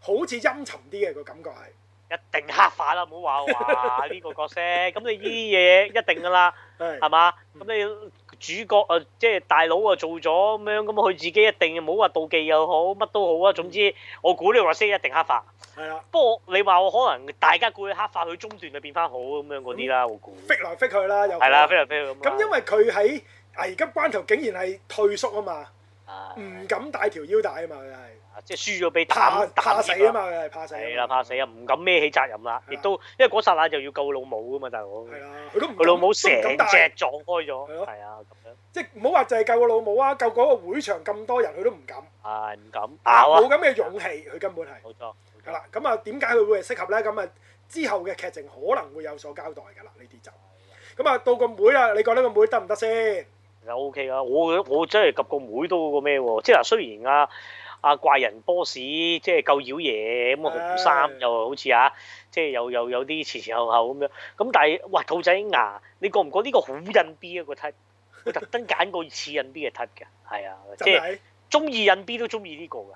[SPEAKER 2] 好似陰沉啲嘅個感覺係，
[SPEAKER 1] 一定黑化啦，唔好話話呢個角色，咁你呢啲嘢一定噶啦。係
[SPEAKER 2] 係
[SPEAKER 1] 嘛？咁你主角啊，即係大佬啊，做咗咁樣，咁佢自己一定唔好話妒忌又好，乜都好啊。總之，我估你話識一定黑化。
[SPEAKER 2] 係啊啦，
[SPEAKER 1] 不過你話我可能大家估佢黑化，佢中段就變翻好咁樣嗰啲啦，我估。
[SPEAKER 2] 飛來飛去啦，又
[SPEAKER 1] 係啦，飛嚟飛去咁啦。
[SPEAKER 2] 咁因為佢喺危急關頭竟然係退縮啊嘛，
[SPEAKER 1] 啊
[SPEAKER 2] 唔敢帶條腰帶啊嘛，佢係
[SPEAKER 1] 即係輸咗俾
[SPEAKER 2] 嗯怕
[SPEAKER 1] 膽
[SPEAKER 2] 怕
[SPEAKER 1] 膽
[SPEAKER 2] 死
[SPEAKER 1] 怯
[SPEAKER 2] 啊。嘛，佢係怕死。
[SPEAKER 1] 係啦，怕死啊，唔敢孭起責任啦，
[SPEAKER 2] 係啦
[SPEAKER 1] 亦都因為嗰剎那就要救老母啊噶嘛，大佬。
[SPEAKER 2] 係啦，佢都唔
[SPEAKER 1] 佢老母成
[SPEAKER 2] 敢都唔敢帶
[SPEAKER 1] 隻撞開咗，
[SPEAKER 2] 係咯
[SPEAKER 1] 係啊，咁樣，
[SPEAKER 2] 即係唔好話就係救個老母啊，救嗰個會場咁多人佢都唔敢，
[SPEAKER 1] 唉，唔敢咬啊
[SPEAKER 2] 冇，咁嘅勇氣，佢根本係。
[SPEAKER 1] 冇錯，冇
[SPEAKER 2] 係
[SPEAKER 1] 錯。
[SPEAKER 2] 啦，咁啊點解佢會係適合咧？咁啊之後嘅劇情可能會有所交代㗎啦，呢啲就咁啊到個妹啦，你覺得個妹得唔得先？
[SPEAKER 1] 其實 O K 啊，我我真係及個妹都個咩喎？即係嗱，雖然啊啊怪人 boss 即係救妖爺咁啊，紅
[SPEAKER 2] 唉
[SPEAKER 1] 衫又好似啊，即係又又有啲前前後後咁樣。咁但係哇，兔仔牙，你覺唔覺呢個好印 B 啊一個 type？佢特登揀個似印 B 嘅 type 嘅，係啊，即
[SPEAKER 2] 真
[SPEAKER 1] 係
[SPEAKER 2] 係
[SPEAKER 1] 中意印 B 都中意呢個㗎。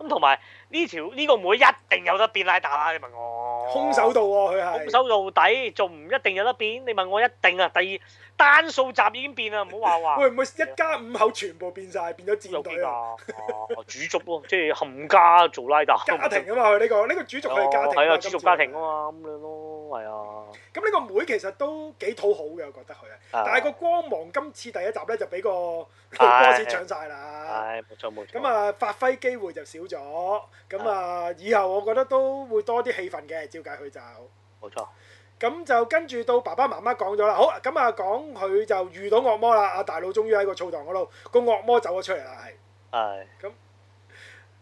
[SPEAKER 1] 咁同埋呢條呢個妹一定有得變拉打啦，你問我。
[SPEAKER 2] 空手道喎，佢
[SPEAKER 1] 空
[SPEAKER 2] 係
[SPEAKER 1] 手到底，仲唔一定有得變？你問我一定啊！第二單數集已經變啦，唔好話話。
[SPEAKER 2] 會唔會一家五口全部變晒，變咗
[SPEAKER 1] 有
[SPEAKER 2] 戰
[SPEAKER 1] 幾
[SPEAKER 2] 隊
[SPEAKER 1] 架
[SPEAKER 2] 啊？
[SPEAKER 1] 啊？主族咯，即係冚家做拉打。
[SPEAKER 2] 家庭啊嘛，佢呢個呢個主族佢係家庭，
[SPEAKER 1] 係啊，主族家庭啊
[SPEAKER 2] 嘛。
[SPEAKER 1] 嘛，咁樣咯，係啊。
[SPEAKER 2] 咁呢個妹其實都幾討好嘅，我覺得佢係。但
[SPEAKER 1] 啊
[SPEAKER 2] 係個光芒今次第一集咧就俾個老 boss 搶晒啦。
[SPEAKER 1] 係冇錯冇錯。
[SPEAKER 2] 咁，啊，發揮機會就少咗。咁啊，以後我覺得都會多啲氣氛嘅，照計佢就。
[SPEAKER 1] 冇錯。
[SPEAKER 2] 咁就跟住到爸爸媽媽講咗啦，好咁啊講佢就遇到惡魔啦，阿大佬終於喺個澡堂嗰度，個惡魔走咗出嚟啦，係
[SPEAKER 1] 係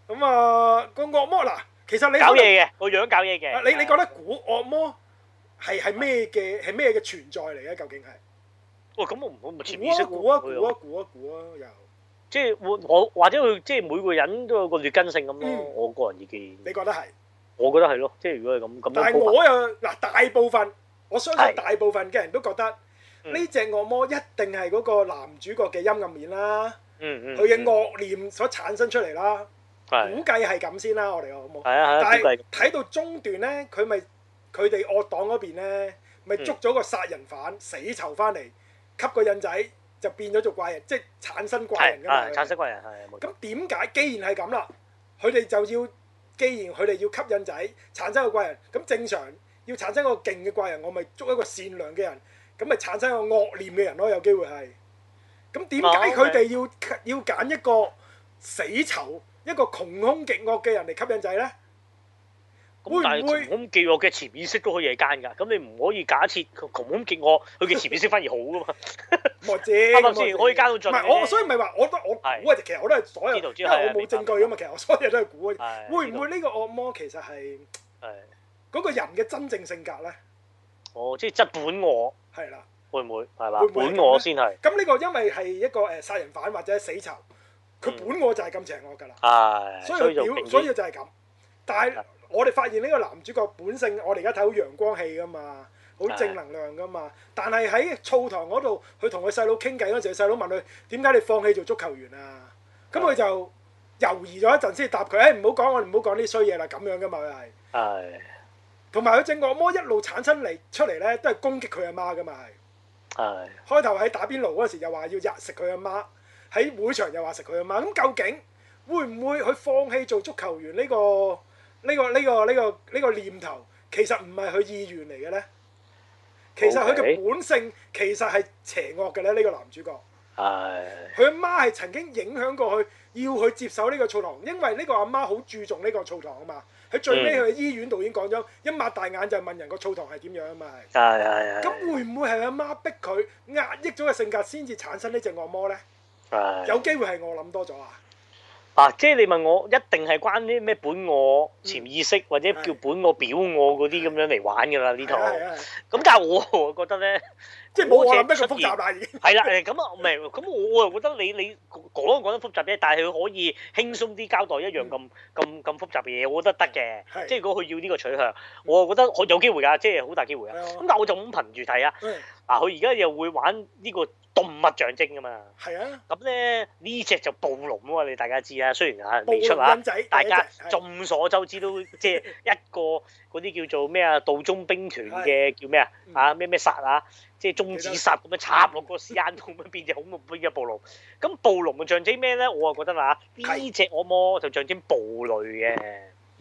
[SPEAKER 2] 咁啊個惡魔嗱，其實你
[SPEAKER 1] 搞
[SPEAKER 2] 可能
[SPEAKER 1] 嘢嘅，個樣搞嘢
[SPEAKER 2] 啊
[SPEAKER 1] 嘅。
[SPEAKER 2] 你你覺得估惡魔係係咩嘅係咩嘅存在嚟嘅？究竟係
[SPEAKER 1] 哇！咁我唔好咪潛
[SPEAKER 2] 估
[SPEAKER 1] 意識
[SPEAKER 2] 啊估啊
[SPEAKER 1] 佢
[SPEAKER 2] 估啊估啊估啊又，
[SPEAKER 1] 即係我我或者佢即係每個人都有個劣根性咁咯。
[SPEAKER 2] 嗯
[SPEAKER 1] 我個人意見，
[SPEAKER 2] 你覺得係？
[SPEAKER 1] 我覺得係咯。即係如果係咁咁
[SPEAKER 2] 但
[SPEAKER 1] 樣
[SPEAKER 2] 係
[SPEAKER 1] 高
[SPEAKER 2] 我又嗱，大部分我相
[SPEAKER 1] 係
[SPEAKER 2] 信大部分嘅人都覺得
[SPEAKER 1] 嗯
[SPEAKER 2] 呢只惡魔一定係嗰個男主角嘅陰暗面啦，
[SPEAKER 1] 嗯嗯，
[SPEAKER 2] 佢嘅惡念所產生出嚟啦，
[SPEAKER 1] 係
[SPEAKER 2] 估計係咁先啦，我哋好冇？
[SPEAKER 1] 係啊係
[SPEAKER 2] 但
[SPEAKER 1] 啊，估計
[SPEAKER 2] 係睇到中段咧，佢咪佢哋惡黨嗰邊咧，咪
[SPEAKER 1] 嗯
[SPEAKER 2] 捉咗個殺人犯死囚翻嚟，吸個印仔就變咗做怪人，即係產生怪人
[SPEAKER 1] 係啊
[SPEAKER 2] 㗎嘛
[SPEAKER 1] 係產
[SPEAKER 2] 佢哋。
[SPEAKER 1] 生怪人係冇錯
[SPEAKER 2] 咁點解？既然係咁啦，佢哋就要，既然佢哋要吸引仔產生個怪人，咁正常要產生個勁嘅怪人，我咪捉一個善良嘅人，咁咪產生個惡念嘅人咯，有機會係。咁點解
[SPEAKER 1] 哦
[SPEAKER 2] 佢哋要要揀一個死囚、一個窮兇極惡嘅人嚟吸引仔呢？
[SPEAKER 1] 咁但係
[SPEAKER 2] 會唔會
[SPEAKER 1] 窮兇極惡嘅潛意識都可以係奸㗎，咁你唔可以假設佢窮兇極惡，佢嘅潛意識反而好㗎嘛？
[SPEAKER 2] 我知，
[SPEAKER 1] 啱啱先
[SPEAKER 2] 我知
[SPEAKER 1] 可以加到盡
[SPEAKER 2] 唔係
[SPEAKER 1] 嘅
[SPEAKER 2] 我，所以咪話我都我估啊，其實我都係所有，
[SPEAKER 1] 知道知
[SPEAKER 2] 因
[SPEAKER 1] 道
[SPEAKER 2] 為
[SPEAKER 1] 係啊
[SPEAKER 2] 我冇證據啊嘛，其實我所有嘢都 係估嘅。
[SPEAKER 1] 係
[SPEAKER 2] 會唔
[SPEAKER 1] 呢
[SPEAKER 2] 會呢個惡魔其實係
[SPEAKER 1] 個係
[SPEAKER 2] 嗰個人嘅真正性格呢？
[SPEAKER 1] 哦，即係質本我
[SPEAKER 2] 係啦，
[SPEAKER 1] 會唔會係嘛
[SPEAKER 2] 會唔？會係咁
[SPEAKER 1] 本
[SPEAKER 2] 咧
[SPEAKER 1] 我先係
[SPEAKER 2] 咁呢個因為係一個呃誒殺人犯或者死囚，佢本我就係咁邪惡㗎啦，
[SPEAKER 1] 嗯係，
[SPEAKER 2] 所
[SPEAKER 1] 所以
[SPEAKER 2] 以
[SPEAKER 1] 就
[SPEAKER 2] 佢
[SPEAKER 1] 勁
[SPEAKER 2] 表所以
[SPEAKER 1] 啲
[SPEAKER 2] 就係咁。 但係
[SPEAKER 1] 係
[SPEAKER 2] 我哋發現呢個男主角本性，我哋而家睇好陽光氣㗎嘛，好正能量㗎嘛。但係喺澡堂嗰度，佢同佢細佬傾偈嗰陣時，細佬問佢點解你放棄做足球員啊？咁佢就猶豫咗一陣先答佢，哎誒唔好講，我哋唔好講呢衰嘢啦，咁樣㗎嘛佢係。
[SPEAKER 1] 係
[SPEAKER 2] 同埋佢隻惡魔一路產生嚟出嚟咧，都係攻擊佢阿媽㗎嘛係。
[SPEAKER 1] 係
[SPEAKER 2] 開頭喺打邊爐嗰時又話要日食佢阿媽，喺會場又話食佢阿媽。咁究竟會唔會佢放棄做足球員呢、個呢、個呢、個呢、個呢、個念頭，其實唔係佢意願嚟嘅呢？其實佢嘅
[SPEAKER 1] OK
[SPEAKER 2] 本性其實係邪惡嘅咧。呢、個男主角，
[SPEAKER 1] 係
[SPEAKER 2] 佢阿媽係曾經影響過佢，要佢接手呢個澡堂，因為呢個阿媽好注重呢個澡堂啊嘛。佢最尾
[SPEAKER 1] 嗯
[SPEAKER 2] 佢喺醫院度已經講咗，一擘大眼就問人個澡堂係點樣啊嘛。係
[SPEAKER 1] 係係係
[SPEAKER 2] 咁會唔會係阿媽逼佢壓抑咗嘅性格先至產生呢隻惡魔呢？
[SPEAKER 1] 係
[SPEAKER 2] 有機會係我諗多咗啊！
[SPEAKER 1] 嗱，即係你問我，一定係關啲咩本我、潛意
[SPEAKER 2] 嗯
[SPEAKER 1] 識或者叫本我、表我嗰啲咁樣嚟玩㗎啦呢
[SPEAKER 2] 係
[SPEAKER 1] 套。
[SPEAKER 2] 啊係啊，係啊
[SPEAKER 1] 咁但係我我覺得咧，
[SPEAKER 2] 即係冇我
[SPEAKER 1] 好似
[SPEAKER 2] 諗得咁
[SPEAKER 1] 出
[SPEAKER 2] 複
[SPEAKER 1] 現
[SPEAKER 2] 雜啦已經。
[SPEAKER 1] 係啦，誒咁啊，唔係咁我又覺得你你講講得複雜啫，但係佢可以輕鬆啲交代一樣咁咁咁複雜嘅嘢，我覺得得嘅。
[SPEAKER 2] 嗯係
[SPEAKER 1] 即係如果佢要呢個取向，我又覺得可有機會㗎，即係好大機會㗎。
[SPEAKER 2] 係啊
[SPEAKER 1] 咁但係我就咁憑住睇啊，
[SPEAKER 2] 嗯
[SPEAKER 1] 嗱佢而家又會玩呢個動物象徵㗎嘛。
[SPEAKER 2] 係啊，
[SPEAKER 1] 咁咧呢只就暴龍啊嘛，你大家知啊，雖然啊
[SPEAKER 2] 暴
[SPEAKER 1] 未出啊
[SPEAKER 2] 龍。仔，
[SPEAKER 1] 大家
[SPEAKER 2] 第一隻係
[SPEAKER 1] 眾所周知 都即係一個嗰啲叫做咩啊，道中兵團嘅叫咩啊？
[SPEAKER 2] 嗯
[SPEAKER 1] 啊咩咩殺啊，即係中指殺咁樣插落個屎眼咁樣變隻恐怖片嘅暴龍。咁暴龍嘅象徵咩咧？我啊覺得啦，呢
[SPEAKER 2] 係
[SPEAKER 1] 只惡魔就象徵暴類嘅。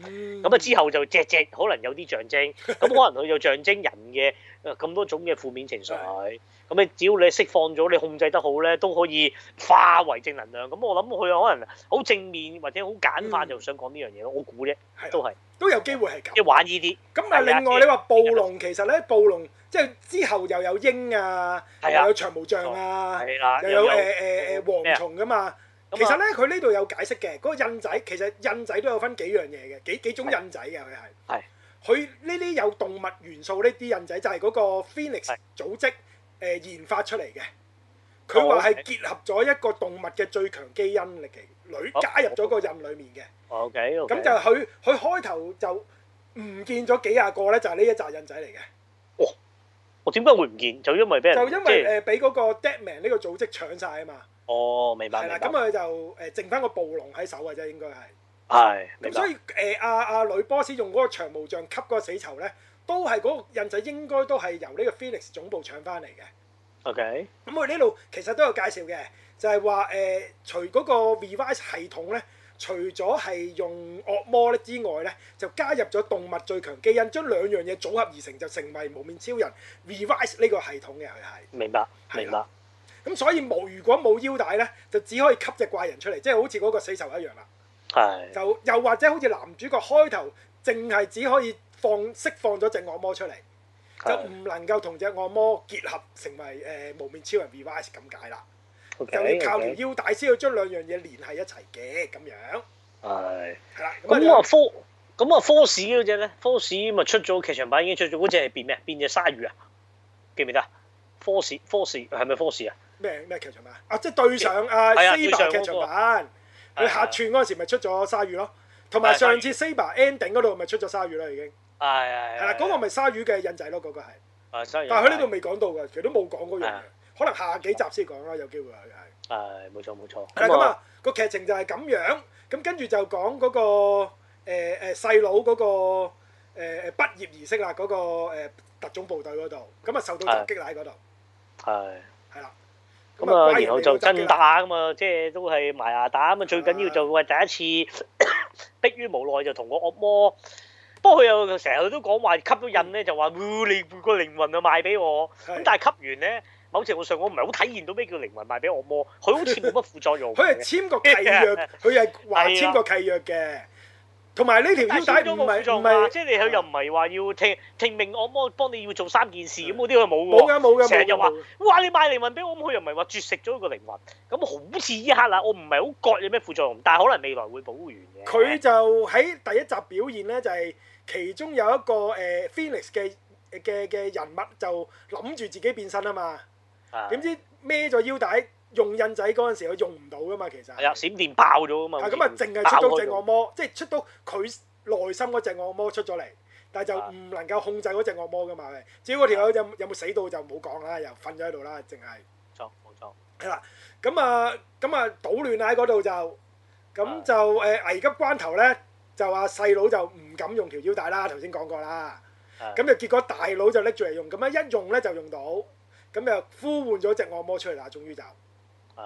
[SPEAKER 2] 嗯
[SPEAKER 1] 咁啊之後就隻隻可能有啲象徵，咁可能佢就象徵人嘅呃咁多種嘅負面情緒。咁你只要你釋放咗，你控制得好咧，都可以化為正能量。咁我諗佢可能好正面或者好簡化，
[SPEAKER 2] 嗯
[SPEAKER 1] 就想講呢樣嘢咯。我估啫，
[SPEAKER 2] 係啊
[SPEAKER 1] 都係
[SPEAKER 2] 都有機會係
[SPEAKER 1] 即
[SPEAKER 2] 咁。
[SPEAKER 1] 係玩呢啲。
[SPEAKER 2] 咁啊，
[SPEAKER 1] 係啊
[SPEAKER 2] 另外你話暴龍其實咧，暴龍即係之後又有鷹啊，
[SPEAKER 1] 係啊
[SPEAKER 2] 又有長毛象啊，
[SPEAKER 1] 係啦，
[SPEAKER 2] 又
[SPEAKER 1] 又
[SPEAKER 2] 有
[SPEAKER 1] 有啊
[SPEAKER 2] 誒誒誒蝗蟲噶嘛。其實咧，佢呢度有解釋嘅，嗰、個印仔其實印仔都有分幾樣嘢嘅，幾幾種印仔嘅佢係。
[SPEAKER 1] 係
[SPEAKER 2] 佢呢啲有動物元素呢啲印仔就係嗰個 Phoenix
[SPEAKER 1] 係
[SPEAKER 2] 組織誒、呃研發出嚟嘅。佢話係
[SPEAKER 1] 哦 OK
[SPEAKER 2] 結合咗一個動物嘅最強基因嚟嘅，裏
[SPEAKER 1] 好
[SPEAKER 2] 加入咗個印裡面嘅。
[SPEAKER 1] O K，咁
[SPEAKER 2] 咁就佢佢開頭就唔見咗幾廿個咧，就係呢一紮印仔嚟嘅。
[SPEAKER 1] 我點解會唔見？就因為俾人
[SPEAKER 2] 就因
[SPEAKER 1] 即係
[SPEAKER 2] 為誒呃俾嗰個 Deadman 呢個組織搶晒啊嘛，
[SPEAKER 1] 哦，明白
[SPEAKER 2] 係
[SPEAKER 1] 明
[SPEAKER 2] 啦，
[SPEAKER 1] 白
[SPEAKER 2] 咁，啊佢就誒剩翻個暴龍喺手嘅啫，應該係。
[SPEAKER 1] 係明
[SPEAKER 2] 咁
[SPEAKER 1] 白
[SPEAKER 2] 所以誒阿阿女 boss 用嗰個長毛象吸嗰個死囚咧，都係嗰個印仔應該都係由呢個 Phoenix 總部搶翻嚟嘅。
[SPEAKER 1] O K，
[SPEAKER 2] 咁佢呢度其實都有介紹嘅，就係話誒，除嗰個 revise 系統咧，除咗係用惡魔咧之外咧，就加入咗動物最強基因，將兩樣嘢組合而成，就成為無面超人 revise 呢個系統嘅佢係。啊
[SPEAKER 1] 明白
[SPEAKER 2] 係
[SPEAKER 1] 明
[SPEAKER 2] 啦
[SPEAKER 1] 白，
[SPEAKER 2] 咁所以冇如果冇腰帶咧，就只可以吸只怪人出嚟，即係好似嗰個死囚一樣啦。
[SPEAKER 1] 係
[SPEAKER 2] 就又或者好似男主角開頭，淨係只可以放釋放咗隻惡魔出嚟，就
[SPEAKER 1] 係
[SPEAKER 2] 唔能夠同隻惡魔結合成為誒、呃、無面超人 Revise 咁解啦。
[SPEAKER 1] O
[SPEAKER 2] 就要
[SPEAKER 1] K，
[SPEAKER 2] 靠條腰帶先要將兩樣嘢連喺一齊嘅咁樣，
[SPEAKER 1] 係。
[SPEAKER 2] 係啦。咁
[SPEAKER 1] 咁啊
[SPEAKER 2] 啊，
[SPEAKER 1] 科咁啊科市嗰只咧，科市咪出咗劇場版已經出咗，嗰只係變咩？變只鯊魚啊？記唔記得啊？科士科士係咪科士啊？
[SPEAKER 2] 咩咩劇場版啊？即係對上啊
[SPEAKER 1] 係啊對
[SPEAKER 2] Saber
[SPEAKER 1] 上嗰個
[SPEAKER 2] 劇場版，
[SPEAKER 1] 係
[SPEAKER 2] 佢
[SPEAKER 1] 啊
[SPEAKER 2] 客串嗰陣時咪出咗鯊魚咯，同埋
[SPEAKER 1] 係
[SPEAKER 2] 上次 Saber ending 嗰度咪出咗鯊魚啦已經。
[SPEAKER 1] 係係
[SPEAKER 2] 係啦，嗰個咪鯊魚嘅印仔咯，嗰個係。
[SPEAKER 1] 係雖然
[SPEAKER 2] 但係佢呢度未講到㗎，佢都冇講嗰樣
[SPEAKER 1] 係
[SPEAKER 2] 嘢
[SPEAKER 1] 啊，
[SPEAKER 2] 可能下幾集先講啦，有機會係係。
[SPEAKER 1] 係冇錯冇錯。
[SPEAKER 2] 係啦，咁啊個劇情就係咁樣，咁跟住就講嗰個誒誒細佬嗰個誒誒畢業儀式啦，嗰個誒特種部隊嗰度，咁啊受到襲擊啦喺嗰度，
[SPEAKER 1] 啊係。
[SPEAKER 2] 係啦。
[SPEAKER 1] 咁啊，
[SPEAKER 2] 怪
[SPEAKER 1] 然後
[SPEAKER 2] 人哋
[SPEAKER 1] 就
[SPEAKER 2] 會襲擊
[SPEAKER 1] 真
[SPEAKER 2] 啦
[SPEAKER 1] 打咁啊，即係都係埋牙打咁啊。最緊要就喂第一次 迫於無奈就同個惡魔，不過佢又成日都講話吸咗印咧，就話呃你個靈魂啊賣俾我。咁
[SPEAKER 2] 係。
[SPEAKER 1] 但係吸完咧，某程度上我唔係好體現到咩叫靈魂賣俾惡魔，佢好似冇乜副作用
[SPEAKER 2] 佢係
[SPEAKER 1] 係
[SPEAKER 2] 簽個 契約，佢係話簽個契約嘅，同埋呢條
[SPEAKER 1] 但
[SPEAKER 2] 腰
[SPEAKER 1] 係
[SPEAKER 2] 帶
[SPEAKER 1] 少咗冇
[SPEAKER 2] 唔
[SPEAKER 1] 副
[SPEAKER 2] 係
[SPEAKER 1] 作
[SPEAKER 2] 唔
[SPEAKER 1] 用啊！
[SPEAKER 2] 係
[SPEAKER 1] 即係你佢又唔係話要聽聽命惡魔幫你要做三件事咁嗰啲，佢冇
[SPEAKER 2] 冇
[SPEAKER 1] 喎。
[SPEAKER 2] 㗎冇㗎
[SPEAKER 1] 成日
[SPEAKER 2] 冇
[SPEAKER 1] 又
[SPEAKER 2] 㗎
[SPEAKER 1] 話
[SPEAKER 2] 冇㗎，：
[SPEAKER 1] 哇！你賣靈魂俾我，咁佢又唔係話絕食咗個靈魂，咁好似依刻啦，我唔係好覺有咩副作用，但係可能未來會保護完嘅。
[SPEAKER 2] 佢就喺第一集表現咧，就係、其中有一個誒、呃 Phoenix 嘅嘅嘅人物就諗住自己變身啊嘛，
[SPEAKER 1] 啊
[SPEAKER 2] 點知孭咗腰帶用印仔嗰陣時，佢用唔到噶嘛，其實
[SPEAKER 1] 係啊，閃電爆咗啊嘛！
[SPEAKER 2] 啊咁啊，淨係
[SPEAKER 1] 爆
[SPEAKER 2] 出到
[SPEAKER 1] 開
[SPEAKER 2] 隻
[SPEAKER 1] 咗
[SPEAKER 2] 惡魔，即係出到佢內心嗰隻惡魔出咗嚟，但係就
[SPEAKER 1] 啊
[SPEAKER 2] 唔能夠控制嗰隻惡魔噶嘛。係至於嗰條友有有冇死到就冇講啦，又瞓咗喺度啦，淨
[SPEAKER 1] 冇
[SPEAKER 2] 係
[SPEAKER 1] 錯冇錯，
[SPEAKER 2] 係啦。咁啊咁啊，搗亂啦喺嗰度就，咁
[SPEAKER 1] 啊
[SPEAKER 2] 就誒、危急關頭咧，就話細佬就唔敢用條腰帶啦，頭先講過啦。
[SPEAKER 1] 啊
[SPEAKER 2] 咁就結果大佬就拎住嚟用，咁樣一用咧就用到，咁就呼喚咗隻惡魔出嚟啦，終於就。
[SPEAKER 1] 係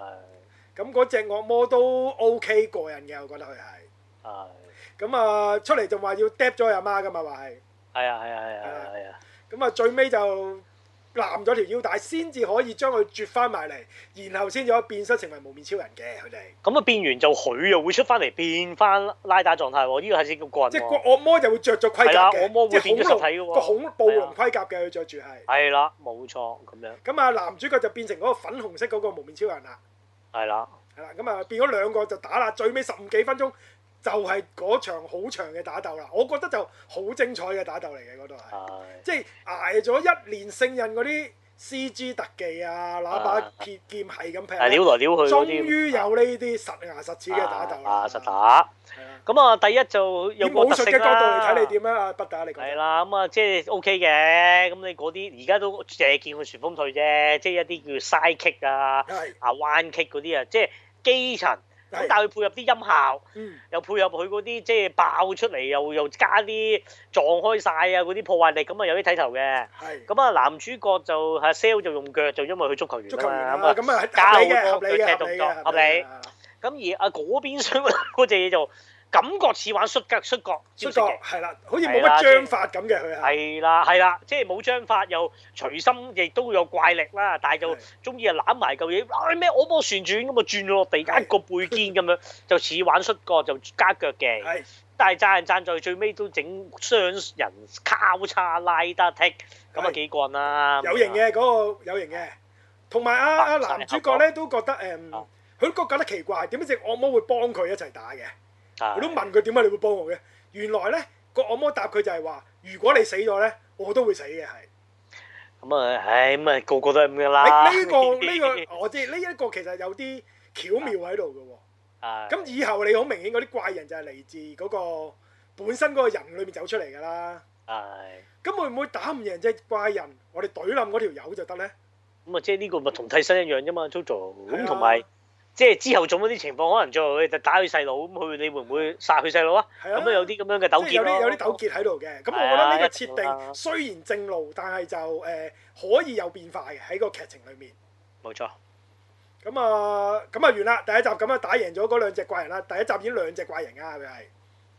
[SPEAKER 2] 咁嗰只惡魔都 OK 過癮嘅，我覺得佢係。
[SPEAKER 1] 係
[SPEAKER 2] 咁啊，出嚟就話要 d 咗佢阿媽噶嘛，話係。
[SPEAKER 1] 係啊係啊係啊係啊
[SPEAKER 2] 咁啊，最尾就攬咗條腰帶，先至可以將佢啜翻埋嚟，然後先至可以變身成為無面超人嘅佢哋。
[SPEAKER 1] 咁啊變完就佢又會出翻嚟變翻拉打狀態喎，呢個係先叫棍
[SPEAKER 2] 即係個
[SPEAKER 1] 喎。
[SPEAKER 2] 惡魔就會着咗盔
[SPEAKER 1] 係啦啊
[SPEAKER 2] 甲嘅，
[SPEAKER 1] 惡魔會
[SPEAKER 2] 即
[SPEAKER 1] 變咗
[SPEAKER 2] 係恐
[SPEAKER 1] 實
[SPEAKER 2] 龍
[SPEAKER 1] 體嘅喎
[SPEAKER 2] 個恐暴
[SPEAKER 1] 係啊
[SPEAKER 2] 龍盔甲嘅佢着住係。
[SPEAKER 1] 係啦，冇錯咁樣，
[SPEAKER 2] 咁啊，男主角就變成嗰個粉紅色嗰個無面超人啦，
[SPEAKER 1] 係啦，
[SPEAKER 2] 係啦，咁啊變咗兩個就打啦，最尾十五幾分鐘就係嗰場好長嘅打鬥啦，我覺得就好精彩嘅打鬥嚟嘅嗰度係。
[SPEAKER 1] 係
[SPEAKER 2] 即係捱咗一年聖人嗰啲 C.G. 特技啊，喇叭
[SPEAKER 1] 啊
[SPEAKER 2] 鐵劍係
[SPEAKER 1] 係撩
[SPEAKER 2] 咁劈，
[SPEAKER 1] 來撩去嗰
[SPEAKER 2] 終
[SPEAKER 1] 啲。
[SPEAKER 2] 於有呢啲實牙實齒嘅打鬥
[SPEAKER 1] 啊
[SPEAKER 2] 啦。
[SPEAKER 1] 實打。
[SPEAKER 2] 係啊
[SPEAKER 1] 咁啊，第一就
[SPEAKER 2] 以
[SPEAKER 1] 有個
[SPEAKER 2] 武
[SPEAKER 1] 特
[SPEAKER 2] 術
[SPEAKER 1] 色
[SPEAKER 2] 嘅角度嚟
[SPEAKER 1] 啦
[SPEAKER 2] 睇，你點啊？阿北打你講
[SPEAKER 1] 係。啦，咁啊，即係 O K 嘅。咁你嗰啲而家都淨係見佢旋風退啫，即係一啲叫 side kick 啊、
[SPEAKER 2] 係
[SPEAKER 1] 啊彎 kick 嗰啲啊，即係基層。咁但
[SPEAKER 2] 係
[SPEAKER 1] 係佢配合啲音效，
[SPEAKER 2] 嗯
[SPEAKER 1] 又配合佢嗰啲即係爆出嚟，又 又加啲撞開晒啊嗰啲破壞力，咁啊有啲睇頭嘅。
[SPEAKER 2] 係
[SPEAKER 1] 咁啊男主角就係 sell 就用腳，就因為佢足球員
[SPEAKER 2] 足球員
[SPEAKER 1] 啊
[SPEAKER 2] 啦，
[SPEAKER 1] 嘛。咁啊
[SPEAKER 2] 咁啊
[SPEAKER 1] 加
[SPEAKER 2] 合理嘅，
[SPEAKER 1] 好
[SPEAKER 2] 合
[SPEAKER 1] 多
[SPEAKER 2] 理嘅，
[SPEAKER 1] 腳
[SPEAKER 2] 合
[SPEAKER 1] 踢
[SPEAKER 2] 理
[SPEAKER 1] 動作
[SPEAKER 2] 嘅，合理嘅
[SPEAKER 1] 合理。咁而啊嗰邊想嗰隻嘢就感覺似玩摔跤摔角
[SPEAKER 2] 出
[SPEAKER 1] 招式
[SPEAKER 2] 角
[SPEAKER 1] 嘅。
[SPEAKER 2] 係啦，好似冇
[SPEAKER 1] 係啦
[SPEAKER 2] 乜
[SPEAKER 1] 即係
[SPEAKER 2] 章法咁嘅佢係。
[SPEAKER 1] 係啦，係啦，即係冇章法又隨心，亦都有怪力啦。但係就
[SPEAKER 2] 係
[SPEAKER 1] 中意啊攬埋嚿嘢，啊咩我波旋轉咁啊轉落地間
[SPEAKER 2] 係
[SPEAKER 1] 個背肩咁樣， 就似玩摔角就加腳嘅。
[SPEAKER 2] 係
[SPEAKER 1] 但係讚人讚在最尾都整雙人交叉拉得踢，咁啊
[SPEAKER 2] 係
[SPEAKER 1] 幾棍啦。
[SPEAKER 2] 有型嘅嗰個有型嘅，同埋阿阿
[SPEAKER 1] 白晒
[SPEAKER 2] 男主
[SPEAKER 1] 合角
[SPEAKER 2] 角咧都覺得誒
[SPEAKER 1] 啊，
[SPEAKER 2] 佢都覺得奇怪，點解只惡魔會幫佢一齊打嘅？
[SPEAKER 1] 係，
[SPEAKER 2] 我都問佢點解你會幫我嘅？原來咧個惡魔答佢就係話：如果你死咗咧，我都會死嘅。係
[SPEAKER 1] 咁啊，唉咁啊個個都係咁噶啦。
[SPEAKER 2] 呢呢個呢 個我知呢一個其實有啲巧妙喺度
[SPEAKER 1] 係
[SPEAKER 2] 嘅喎。咁以後你好明顯嗰啲怪人就係嚟自嗰個本身嗰個人裏面走出嚟㗎啦。
[SPEAKER 1] 係。
[SPEAKER 2] 咁會唔會打唔贏隻怪人，我哋懟冧嗰條友就得咧？
[SPEAKER 1] 咁啊，即係呢個咪同替身一樣啫嘛，Jojo。
[SPEAKER 2] 係
[SPEAKER 1] 咁
[SPEAKER 2] 啊
[SPEAKER 1] 同埋即係之後仲有啲情況，可能最後佢就打佢細佬，咁佢你會唔會殺佢細佬啊？
[SPEAKER 2] 係啊，
[SPEAKER 1] 咁啊有啲咁樣嘅糾
[SPEAKER 2] 即
[SPEAKER 1] 結
[SPEAKER 2] 係有
[SPEAKER 1] 咯。
[SPEAKER 2] 啲有啲糾結喺度嘅。咁
[SPEAKER 1] 係啊
[SPEAKER 2] 我覺得呢個
[SPEAKER 1] 一定
[SPEAKER 2] 設
[SPEAKER 1] 啦
[SPEAKER 2] 定雖然正路，但係就誒可以有變化嘅喺個劇情裏面。
[SPEAKER 1] 冇錯，
[SPEAKER 2] 咁啊，咁啊完啦！第一集咁啊打贏咗嗰兩隻怪人啦，第一集已經兩隻怪人啊，係咪？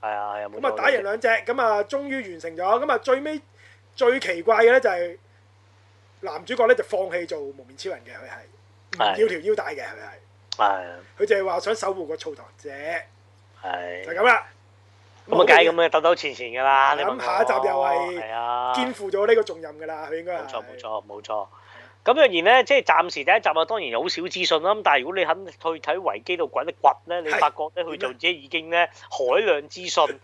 [SPEAKER 1] 係啊係啊。冇錯
[SPEAKER 2] 咁啊打贏兩隻，咁啊終於完成咗。咁啊最尾最奇怪嘅咧就係男主角咧就放棄做無面超人嘅，佢係
[SPEAKER 1] 係
[SPEAKER 2] 唔要條腰帶嘅，佢係
[SPEAKER 1] 係
[SPEAKER 2] 佢就係話想守護個澡堂者，就
[SPEAKER 1] 係。
[SPEAKER 2] 係咁啦。
[SPEAKER 1] 咁啊，梗係咁嘅，鬥鬥前前㗎啦。你問我
[SPEAKER 2] 咁下一集又係
[SPEAKER 1] 係啊，
[SPEAKER 2] 肩負咗呢個重任㗎啦，佢應該係
[SPEAKER 1] 冇錯冇。錯冇錯。咁若然咧，即係暫時第一集啊，當然有好少資訊啦。咁但係如果你肯去睇維基度掘一掘咧，你
[SPEAKER 2] 係啊
[SPEAKER 1] 發覺咧佢就即係已經咧海量資 訊。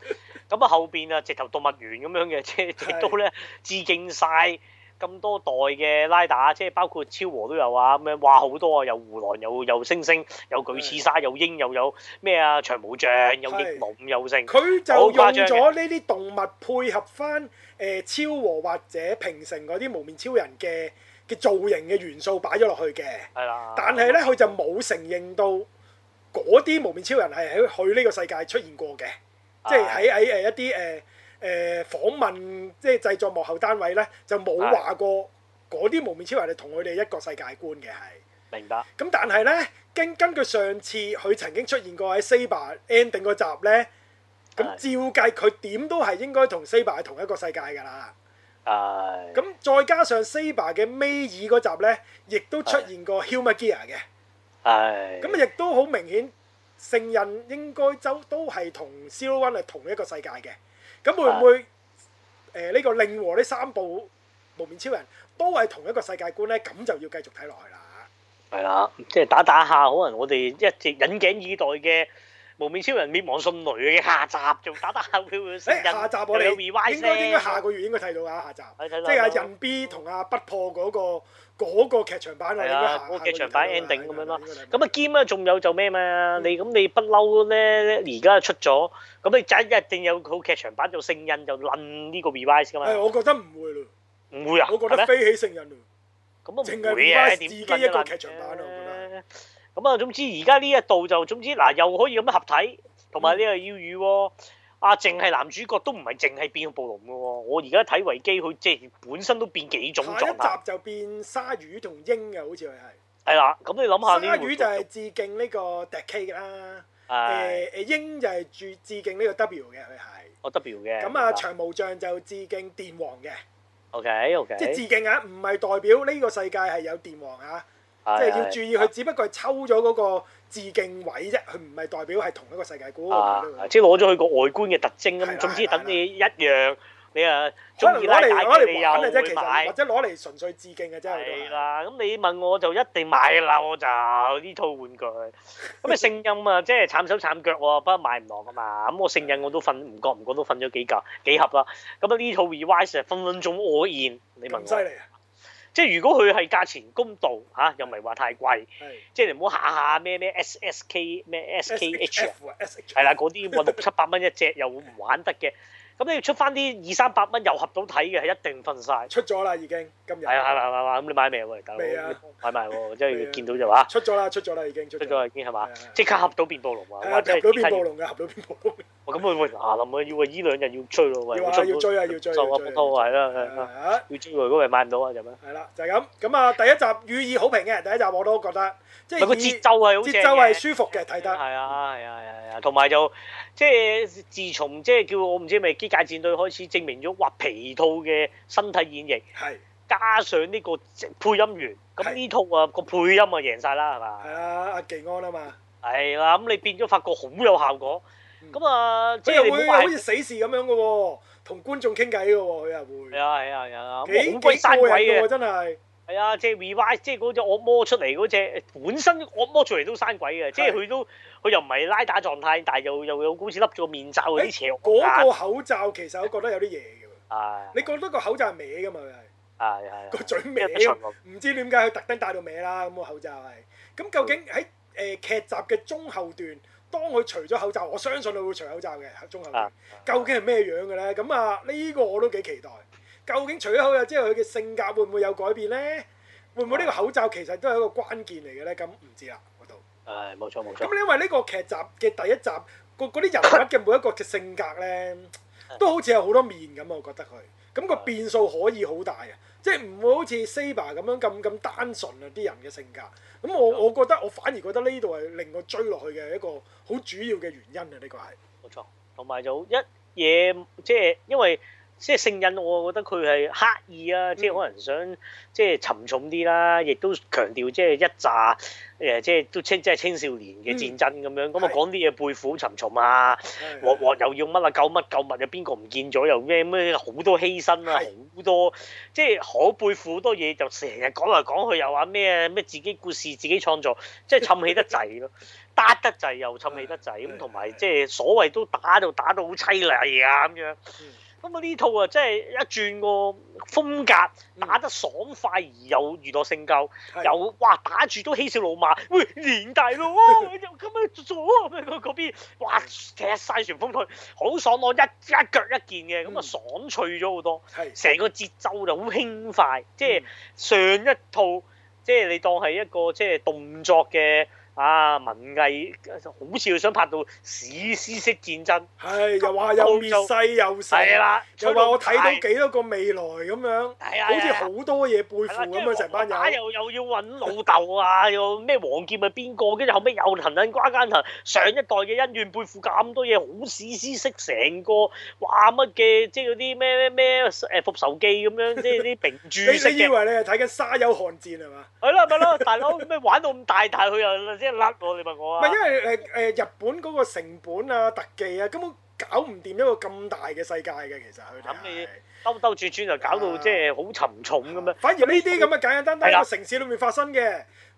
[SPEAKER 1] 咁啊後邊啊，直頭動物園咁樣嘅，即係亦都咧致敬晒咁多代嘅拉打，即係包括超和都有啊，咁樣哇好多啊，有胡狼，有有猩猩，有巨齒鯊，有鷹，又有咩啊長毛象，有翼龍，有剩。
[SPEAKER 2] 佢就
[SPEAKER 1] 好
[SPEAKER 2] 用
[SPEAKER 1] 誇張嘅
[SPEAKER 2] 咗呢啲動物配合翻誒、呃超和或者平成嗰啲無面超人嘅嘅造型嘅元素擺咗落去嘅，
[SPEAKER 1] 係啦。
[SPEAKER 2] 但係咧佢就冇承認到嗰啲無面超人係喺佢呢個世界出現過嘅，
[SPEAKER 1] 啊
[SPEAKER 2] 即係喺喺呃誒一啲誒誒訪問即係製作幕後單位咧就冇
[SPEAKER 1] 啊
[SPEAKER 2] 話過嗰啲無面超人係同佢哋一個世界觀嘅係。
[SPEAKER 1] 明白。
[SPEAKER 2] 咁但係咧，根根據上次佢曾經出現過喺 Saber ending 嗰集咧，咁
[SPEAKER 1] 係
[SPEAKER 2] 照計佢點都係應該同 Saber 係同一個世界㗎啦。
[SPEAKER 1] 係。
[SPEAKER 2] 咁再加上 Saber 嘅尾爾嗰集咧，亦都出現過 Human Gear 嘅，
[SPEAKER 1] 係。
[SPEAKER 2] 咁亦都好明顯，聖刃應該都都係同 Zero One 係同一個世界嘅。咁會唔會誒呢個令和呢三部無面超人都係同一個世界觀咧？咁就要繼續睇落去啦。
[SPEAKER 1] 係啦，即係打打下，可能我哋一直忍頸以待嘅無面超人滅亡迅雷嘅下集，仲打打下佢會
[SPEAKER 2] 誒、
[SPEAKER 1] 成 印
[SPEAKER 2] 哎下集我
[SPEAKER 1] 又有
[SPEAKER 2] 哋
[SPEAKER 1] revise
[SPEAKER 2] 應該應該下
[SPEAKER 1] 聲
[SPEAKER 2] 個月應該睇到啊，下集
[SPEAKER 1] 係
[SPEAKER 2] 即
[SPEAKER 1] 睇到
[SPEAKER 2] 係
[SPEAKER 1] 睇
[SPEAKER 2] 阿
[SPEAKER 1] 到
[SPEAKER 2] 人 B 同阿不破嗰、個嗰、個劇場版我
[SPEAKER 1] 係
[SPEAKER 2] 哋應該下
[SPEAKER 1] 啊
[SPEAKER 2] 下，
[SPEAKER 1] 嗰個
[SPEAKER 2] 個
[SPEAKER 1] 劇
[SPEAKER 2] 月
[SPEAKER 1] 場版
[SPEAKER 2] 睇到啦
[SPEAKER 1] ending 咁樣咯
[SPEAKER 2] 應該睇。到
[SPEAKER 1] 咁啊兼啊，仲有就咩嘛？你咁你不嬲咧，而家出咗，咁你就一定有好劇場版做聖印就撚呢個 revise 噶
[SPEAKER 2] 係
[SPEAKER 1] 嘛？
[SPEAKER 2] 哎我覺得唔會咯，
[SPEAKER 1] 唔啊會啊？
[SPEAKER 2] 我覺
[SPEAKER 1] 係
[SPEAKER 2] 得
[SPEAKER 1] 咩
[SPEAKER 2] 飛起聖人咯，
[SPEAKER 1] 咁啊
[SPEAKER 2] 淨
[SPEAKER 1] 唔
[SPEAKER 2] 係
[SPEAKER 1] 會嘅，
[SPEAKER 2] revise
[SPEAKER 1] 點
[SPEAKER 2] 自己
[SPEAKER 1] 撚
[SPEAKER 2] 一個
[SPEAKER 1] 撚
[SPEAKER 2] 劇場版啊我覺
[SPEAKER 1] 啫咁啊，總之而家呢一度就總之嗱，又可以咁樣合體，同
[SPEAKER 2] 嗯
[SPEAKER 1] 埋你又要預喎。啊，淨係男主角都唔係淨係變暴龍嘅喎，我而家睇維基佢即係本身都變幾種啊
[SPEAKER 2] 下一
[SPEAKER 1] 狀態，
[SPEAKER 2] 集就變鯊魚同鷹嘅，好似佢係
[SPEAKER 1] 係啦。咁你諗下啊呢
[SPEAKER 2] 鯊
[SPEAKER 1] 個
[SPEAKER 2] 魚就係致敬呢個 d e K 嘅啦，
[SPEAKER 1] 係
[SPEAKER 2] 誒誒鷹就係致致敬呢個 W 嘅佢係，
[SPEAKER 1] 我 W 嘅。
[SPEAKER 2] 咁啊長毛象就致敬電王嘅，
[SPEAKER 1] OK OK，
[SPEAKER 2] 即係致敬啊，唔係代表呢個世界係有電王啊。即係要注
[SPEAKER 1] 啊
[SPEAKER 2] 意，佢只不過係抽咗嗰個致敬位啫，佢唔係代表係同一個世界觀。
[SPEAKER 1] 啊
[SPEAKER 2] 可，
[SPEAKER 1] 即係攞咗佢個外觀嘅特徵
[SPEAKER 2] 係
[SPEAKER 1] 咁，
[SPEAKER 2] 啦
[SPEAKER 1] 總之
[SPEAKER 2] 係啦
[SPEAKER 1] 等你一樣，你啊
[SPEAKER 2] 能
[SPEAKER 1] 中意
[SPEAKER 2] 攞
[SPEAKER 1] 拉
[SPEAKER 2] 嚟
[SPEAKER 1] 大
[SPEAKER 2] 攞
[SPEAKER 1] 嘅你
[SPEAKER 2] 嚟玩嘅
[SPEAKER 1] 又
[SPEAKER 2] 啫，其
[SPEAKER 1] 會
[SPEAKER 2] 實或
[SPEAKER 1] 買。
[SPEAKER 2] 者攞嚟純粹致敬嘅啫。佢都係
[SPEAKER 1] 係啦，咁你問我就一定買啦，我就呢套玩具。咁啊聖印啊， 即係慘手慘腳喎，不過買唔落啊嘛。咁我聖印我都瞓唔覺唔覺都瞓咗幾嚿幾盒啦。咁啊呢套 revise 啊分分鐘我現，你問
[SPEAKER 2] 咁犀
[SPEAKER 1] 我，
[SPEAKER 2] 利啊！
[SPEAKER 1] 即係如果佢係價錢公道嚇、又唔係話太貴，
[SPEAKER 2] 係
[SPEAKER 1] 即係你唔好下下咩咩 SSK 咩 SKH 啊
[SPEAKER 2] SHF 啊，SH
[SPEAKER 1] 係啦，嗰啲 話六七百蚊一隻又唔玩得嘅，咁你要出翻啲二三百蚊又合到睇嘅，係一定瞓晒。
[SPEAKER 2] 出咗啦，已經今日
[SPEAKER 1] 係啊係啊係啊係啊，咁你買咩喂大佬？
[SPEAKER 2] 未啊
[SPEAKER 1] 買埋喎，即
[SPEAKER 2] 未啊
[SPEAKER 1] 係見到就話
[SPEAKER 2] 出咗啦，出咗啦，已經出
[SPEAKER 1] 出
[SPEAKER 2] 咗啦。
[SPEAKER 1] 咗已經係嘛
[SPEAKER 2] 係啊係啊，
[SPEAKER 1] 即刻合到變暴龍啊！或
[SPEAKER 2] 係啊，
[SPEAKER 1] 者
[SPEAKER 2] 入到變暴
[SPEAKER 1] 龍。
[SPEAKER 2] 龍嘅，入到變暴龍。
[SPEAKER 1] 哇咁喂喂牙林啊，要喂依兩日要追咯，喂
[SPEAKER 2] 要啊
[SPEAKER 1] 追唔到
[SPEAKER 2] 要追啊要追
[SPEAKER 1] 受
[SPEAKER 2] 要
[SPEAKER 1] 啊
[SPEAKER 2] 追
[SPEAKER 1] 波拖係啦係啦，
[SPEAKER 2] 啊
[SPEAKER 1] 要追喎，如果咪買唔到啊就咩？
[SPEAKER 2] 係啦，就係咁。咁啊，第一集予以好評嘅，第一集我都覺得即
[SPEAKER 1] 咪個
[SPEAKER 2] 係以
[SPEAKER 1] 節奏係好正
[SPEAKER 2] 節奏係
[SPEAKER 1] 嘅
[SPEAKER 2] 舒服嘅，睇得
[SPEAKER 1] 係啊，係啊，係啊係啊，同埋就即係自從即係叫我唔知係咪機界戰隊開始證明咗畫皮套嘅身體演繹，
[SPEAKER 2] 係
[SPEAKER 1] 加上呢個配音員，咁
[SPEAKER 2] 係
[SPEAKER 1] 呢套啊個配音啊贏晒啦，係嘛
[SPEAKER 2] 係？啊，阿技安啊嘛，
[SPEAKER 1] 係啦，咁你變咗發覺好有效果
[SPEAKER 2] 嗯，
[SPEAKER 1] 咁啊即
[SPEAKER 2] 佢
[SPEAKER 1] 係
[SPEAKER 2] 又
[SPEAKER 1] 你唔
[SPEAKER 2] 會
[SPEAKER 1] 好話
[SPEAKER 2] 好似死士咁樣嘅喎，同觀眾傾偈嘅喎，佢又會
[SPEAKER 1] 係。啊係啊係啊，咁
[SPEAKER 2] 幾
[SPEAKER 1] 好
[SPEAKER 2] 幾
[SPEAKER 1] 鬼山
[SPEAKER 2] 過癮
[SPEAKER 1] 鬼
[SPEAKER 2] 嘅喎，
[SPEAKER 1] 嘅，
[SPEAKER 2] 真係
[SPEAKER 1] 係啊，即係 revise 即係嗰隻惡魔出嚟嗰隻，本身惡魔出嚟都山鬼嘅，即係佢都佢又唔係拉打狀態，但係又又有好似笠咗個面罩嗰啲邪惡啊
[SPEAKER 2] 嗰
[SPEAKER 1] 眼
[SPEAKER 2] 個口罩其實我覺得有啲嘢嘅喎，
[SPEAKER 1] 啊
[SPEAKER 2] 你覺得個口罩係歪嘅嘛？佢係
[SPEAKER 1] 係係
[SPEAKER 2] 個嘴
[SPEAKER 1] 咩咩巡
[SPEAKER 2] 歪，
[SPEAKER 1] 邏
[SPEAKER 2] 唔知點解佢特登戴到歪啦。咁個口罩係咁，究竟喺誒劇集嘅中後段，當佢除咗口罩，我相信佢會除口罩嘅中後段
[SPEAKER 1] 啊，，
[SPEAKER 2] 究竟係咩樣嘅咧？咁啊，呢個我都幾期待。究竟除咗口罩之後，佢嘅性格會唔會有改變咧？會唔會呢個口罩其實都係一個關鍵嚟嘅咧？咁唔知啦，嗰度。
[SPEAKER 1] 誒冇錯冇錯，
[SPEAKER 2] 咁因為呢個劇集嘅第一集，個嗰啲人物嘅每一個嘅性格咧，都好似有好多面咁啊！我覺得佢咁個變數可以好大啊！即係唔會好似 Saber 咁樣咁咁單純啊啲人嘅性格。咁我我覺得我反而覺得呢度係令我追落去嘅一個好主要嘅原因啊！呢個係
[SPEAKER 1] 冇錯，同埋就一嘢即係因為即係聖印，我覺得佢係刻意啊，即係可能想即係沉重啲啦，亦都強調即係一紮誒即係都青即係青少年嘅戰爭咁樣，咁啊
[SPEAKER 2] 係
[SPEAKER 1] 講啲嘢背負好沉重啊，
[SPEAKER 2] 係
[SPEAKER 1] 鑊鑊又要乜啊救乜救物又邊個唔見咗又咩咩好多犧牲啊，
[SPEAKER 2] 係
[SPEAKER 1] 好多即係可背負好多嘢，就成日講嚟講去又話咩咩自己故事自己創造，即係氹起得滯咯，打得滯又氹起得滯咁，同埋即係所謂都打到打到好凄厲啊咁樣。咁啊呢套啊，真係一轉個風格，打得爽快而有娛樂性夠，
[SPEAKER 2] 係
[SPEAKER 1] 有哇打住都嬉笑怒罵，喂連大佬 啊，又咁樣做啊，咁樣嗰邊哇踢晒旋風腿，好爽朗，一一腳一件嘅，咁啊
[SPEAKER 2] 嗯
[SPEAKER 1] 爽脆咗好多，
[SPEAKER 2] 係
[SPEAKER 1] 成個節奏就好輕快，即係
[SPEAKER 2] 嗯
[SPEAKER 1] 上一套即係你當係一個即係動作嘅。啊！文藝好似想拍到史詩式戰爭，
[SPEAKER 2] 係又話又滅世又成，
[SPEAKER 1] 係啦，
[SPEAKER 2] 又話我
[SPEAKER 1] 吹
[SPEAKER 2] 睇
[SPEAKER 1] 到大
[SPEAKER 2] 到幾多個未來咁樣，
[SPEAKER 1] 係啊，
[SPEAKER 2] 好似
[SPEAKER 1] 係啊
[SPEAKER 2] 好多嘢背
[SPEAKER 1] 係啦
[SPEAKER 2] 負
[SPEAKER 1] 跟
[SPEAKER 2] 咁
[SPEAKER 1] 住
[SPEAKER 2] 樣成班
[SPEAKER 1] 打又
[SPEAKER 2] 友。
[SPEAKER 1] 又要揾老豆啊， 又咩王劍係邊個？跟住後尾又騰騰瓜間騰，上一代嘅恩怨背負咁多嘢，好史詩式成個話乜嘅，即係嗰啲咩咩咩誒復仇記咁樣，即係啲名著
[SPEAKER 2] 你
[SPEAKER 1] 式
[SPEAKER 2] 你以
[SPEAKER 1] 嘅，
[SPEAKER 2] 為你係睇緊沙丘寒戰係嘛？
[SPEAKER 1] 係啦咪咯，大佬咩玩到咁大，但係佢又即係甩我，你問我
[SPEAKER 2] 唔
[SPEAKER 1] 啊
[SPEAKER 2] 係？因為誒誒日本嗰個成本啊、特技啊，根本搞唔掂一個咁大嘅世界嘅，其實佢哋
[SPEAKER 1] 咁你
[SPEAKER 2] 係。
[SPEAKER 1] 兜兜轉轉就搞
[SPEAKER 2] 啊
[SPEAKER 1] 到即係好沉重咁樣，
[SPEAKER 2] 反而呢啲咁嘅簡簡單單
[SPEAKER 1] 係
[SPEAKER 2] 一
[SPEAKER 1] 啦
[SPEAKER 2] 個城市裏面發生嘅，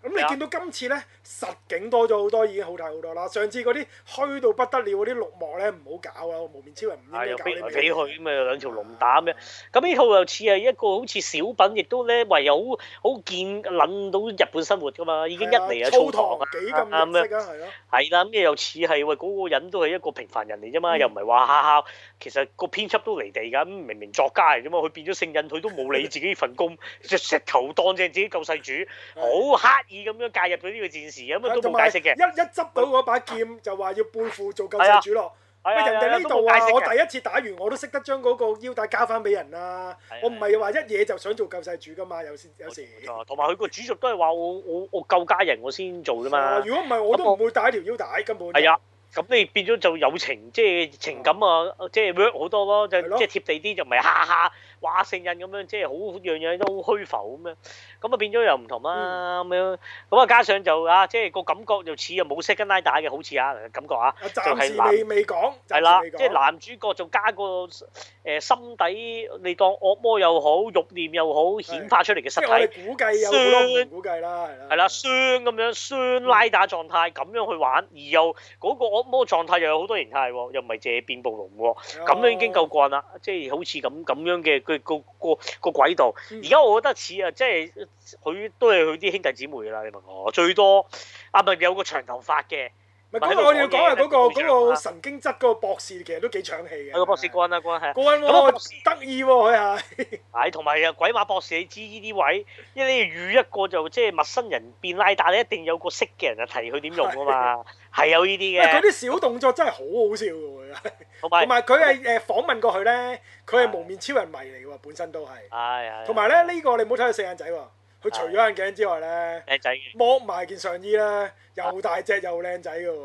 [SPEAKER 2] 咁
[SPEAKER 1] 係啊
[SPEAKER 2] 你見到今次呢，實景多咗好多，已經好睇好多啦。上次嗰啲虛到不得了嗰啲綠幕呢，唔好搞啊！無面超人唔應
[SPEAKER 1] 係
[SPEAKER 2] 該
[SPEAKER 1] 又
[SPEAKER 2] 搞
[SPEAKER 1] 俾
[SPEAKER 2] 呢
[SPEAKER 1] 嚟
[SPEAKER 2] 啲
[SPEAKER 1] 俾去咁啊，兩條龍打咁樣。咁呢套又似係一個好似小品，亦都咧唯有好好見撚到日本生活噶嘛，已經一嚟啊
[SPEAKER 2] 粗
[SPEAKER 1] 澡
[SPEAKER 2] 堂
[SPEAKER 1] 堂啊
[SPEAKER 2] 幾
[SPEAKER 1] 啊
[SPEAKER 2] 咁
[SPEAKER 1] 咁
[SPEAKER 2] 入
[SPEAKER 1] 樣，
[SPEAKER 2] 色啊，係咯，
[SPEAKER 1] 係啦，咁又似係喂嗰個人都係一個平凡人嚟啫嘛，
[SPEAKER 2] 嗯
[SPEAKER 1] 又唔係話下下，其實個編輯都離地㗎，咁明明作家嚟啫嘛，佢變咗聖印，佢都冇理自己份工，隻石頭當正自己救世主，好刻意咁樣介入咗呢個戰事，咁啊都
[SPEAKER 2] 同
[SPEAKER 1] 冇
[SPEAKER 2] 埋
[SPEAKER 1] 解
[SPEAKER 2] 一
[SPEAKER 1] 釋
[SPEAKER 2] 一
[SPEAKER 1] 嘅，
[SPEAKER 2] 執到嗰把劍就話要背負做救
[SPEAKER 1] 係啊
[SPEAKER 2] 世主咯。
[SPEAKER 1] 係
[SPEAKER 2] 喂，
[SPEAKER 1] 啊
[SPEAKER 2] 人哋呢
[SPEAKER 1] 都
[SPEAKER 2] 度
[SPEAKER 1] 冇解
[SPEAKER 2] 啊，
[SPEAKER 1] 釋
[SPEAKER 2] 我
[SPEAKER 1] 嘅
[SPEAKER 2] 第一次打完我都識得將嗰個腰帶交翻俾人啊
[SPEAKER 1] 係啊！
[SPEAKER 2] 我唔係話一嘢就想做救世主噶嘛，有時有時。
[SPEAKER 1] 冇錯啊同埋佢個主軸都係話我我我救家人我先做啫嘛
[SPEAKER 2] 啊。如果唔係我都唔會帶條腰帶根本。
[SPEAKER 1] 係啊，咁你變咗就友情，即係情感啊，即係 work 好多咯，就
[SPEAKER 2] 係咯
[SPEAKER 1] 即係貼地啲，就唔係下下話聖印咁樣，即係好樣樣都好虛浮咁樣，咁啊變咗又唔同
[SPEAKER 2] 嗯
[SPEAKER 1] 啦咁樣，咁啊加上就啊，即係個感覺就似啊冇 second line 打嘅，好似啊感覺啊，
[SPEAKER 2] 啊，暫
[SPEAKER 1] 就係
[SPEAKER 2] 時
[SPEAKER 1] 男
[SPEAKER 2] 未未講，
[SPEAKER 1] 係
[SPEAKER 2] 暫
[SPEAKER 1] 啦，
[SPEAKER 2] 時未
[SPEAKER 1] 即
[SPEAKER 2] 講。
[SPEAKER 1] 係男主角就加個誒、呃心底，你當惡魔又好，慾念又好，顯化出嚟嘅
[SPEAKER 2] 即
[SPEAKER 1] 實
[SPEAKER 2] 係我
[SPEAKER 1] 體。
[SPEAKER 2] 哋估計有好多唔估計啦，係啦。
[SPEAKER 1] 係啦，雙咁樣雙拉打狀態咁樣去玩，而又嗰個惡魔狀態又有好多形態喎，又唔係借變暴龍喎，
[SPEAKER 2] 係啊
[SPEAKER 1] 咁樣已經夠慣啦，即係好似咁咁樣嘅佢個個個軌道。
[SPEAKER 2] 嗯
[SPEAKER 1] 而家我覺得似啊，即係佢都係佢啲兄弟姊妹㗎啦，你問我最多啊，咪有個長頭髮嘅，
[SPEAKER 2] 唔係
[SPEAKER 1] 喺
[SPEAKER 2] 嗰
[SPEAKER 1] 度
[SPEAKER 2] 個我哋要講係
[SPEAKER 1] 講嘢
[SPEAKER 2] 嗰個
[SPEAKER 1] 喺度講嘢
[SPEAKER 2] 嗰個
[SPEAKER 1] 啊
[SPEAKER 2] 神經質嗰個博士，其實都幾搶戲嘅。
[SPEAKER 1] 有個博士
[SPEAKER 2] 個
[SPEAKER 1] 軍啦，軍係，
[SPEAKER 2] 人
[SPEAKER 1] 咁啊
[SPEAKER 2] 我
[SPEAKER 1] 博士
[SPEAKER 2] 得意喎，佢係
[SPEAKER 1] 係同埋啊鬼馬博士，你知呢啲位，因為你遇一個就即係陌生人變拉打，你一定有個識嘅人就提佢點用㗎 嘛，係有呢
[SPEAKER 2] 喂
[SPEAKER 1] 啲
[SPEAKER 2] 佢
[SPEAKER 1] 嘅，
[SPEAKER 2] 啲小動作真係好好笑嘅喎，
[SPEAKER 1] 同埋
[SPEAKER 2] 同埋佢係誒訪問過佢咧，佢係無面超人迷嚟嘅喎，本身都係。
[SPEAKER 1] 係係啊
[SPEAKER 2] 同埋咧，呢個你唔好睇佢四眼仔喎，佢除咗眼鏡之外咧，
[SPEAKER 1] 靚仔嘅，
[SPEAKER 2] 剝埋件上衣咧，又大隻又靚仔嘅喎，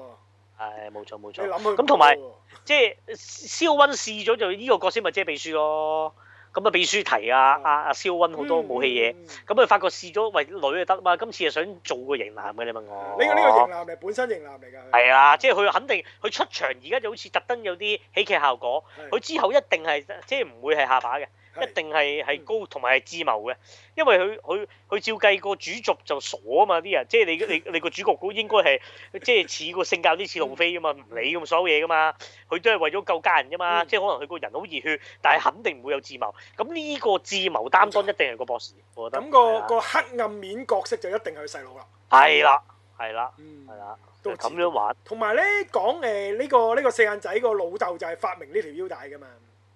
[SPEAKER 1] 係冇錯冇
[SPEAKER 2] 你
[SPEAKER 1] 錯。
[SPEAKER 2] 諗佢
[SPEAKER 1] 啊咁同埋
[SPEAKER 2] 唔到喎
[SPEAKER 1] 即係蕭温試咗就呢個角色咪即係秘書咯。咁啊，秘書提啊啊啊蕭温好多武器嘢。
[SPEAKER 2] 嗯嗯嗯
[SPEAKER 1] 咁啊佢發覺試咗，喂女就得嘛。今次係想做個型男嘅，你問我。
[SPEAKER 2] 呢個呢個型男嚟，本身型男嚟㗎。佢
[SPEAKER 1] 係啊，即係佢肯定佢出場而家就好似特登有啲喜劇效果。
[SPEAKER 2] 係
[SPEAKER 1] 佢之後一定係即係唔會係下巴嘅，
[SPEAKER 2] 係嗯
[SPEAKER 1] 一定係係高同埋係智謀嘅，因為佢佢佢照計個主軸就傻啊嘛啲人，即係你你你個主角估應該係即係似個性格有啲似路飛啊嘛，唔理咁所有嘢噶嘛，佢都係為咗救家人啫嘛，
[SPEAKER 2] 嗯
[SPEAKER 1] 即係可能佢個人好熱血，但係肯定唔會有智謀。咁呢個智謀擔當一定係個博士，我覺得。啊
[SPEAKER 2] 咁個個黑暗面角色就一定係佢細佬啦。
[SPEAKER 1] 係啦，係啦，
[SPEAKER 2] 嗯
[SPEAKER 1] 係啊啦，
[SPEAKER 2] 都
[SPEAKER 1] 就
[SPEAKER 2] 似
[SPEAKER 1] 咁樣玩
[SPEAKER 2] 同埋咧講誒呢個呢個四眼仔個老豆就係發明呢條腰帶㗎嘛。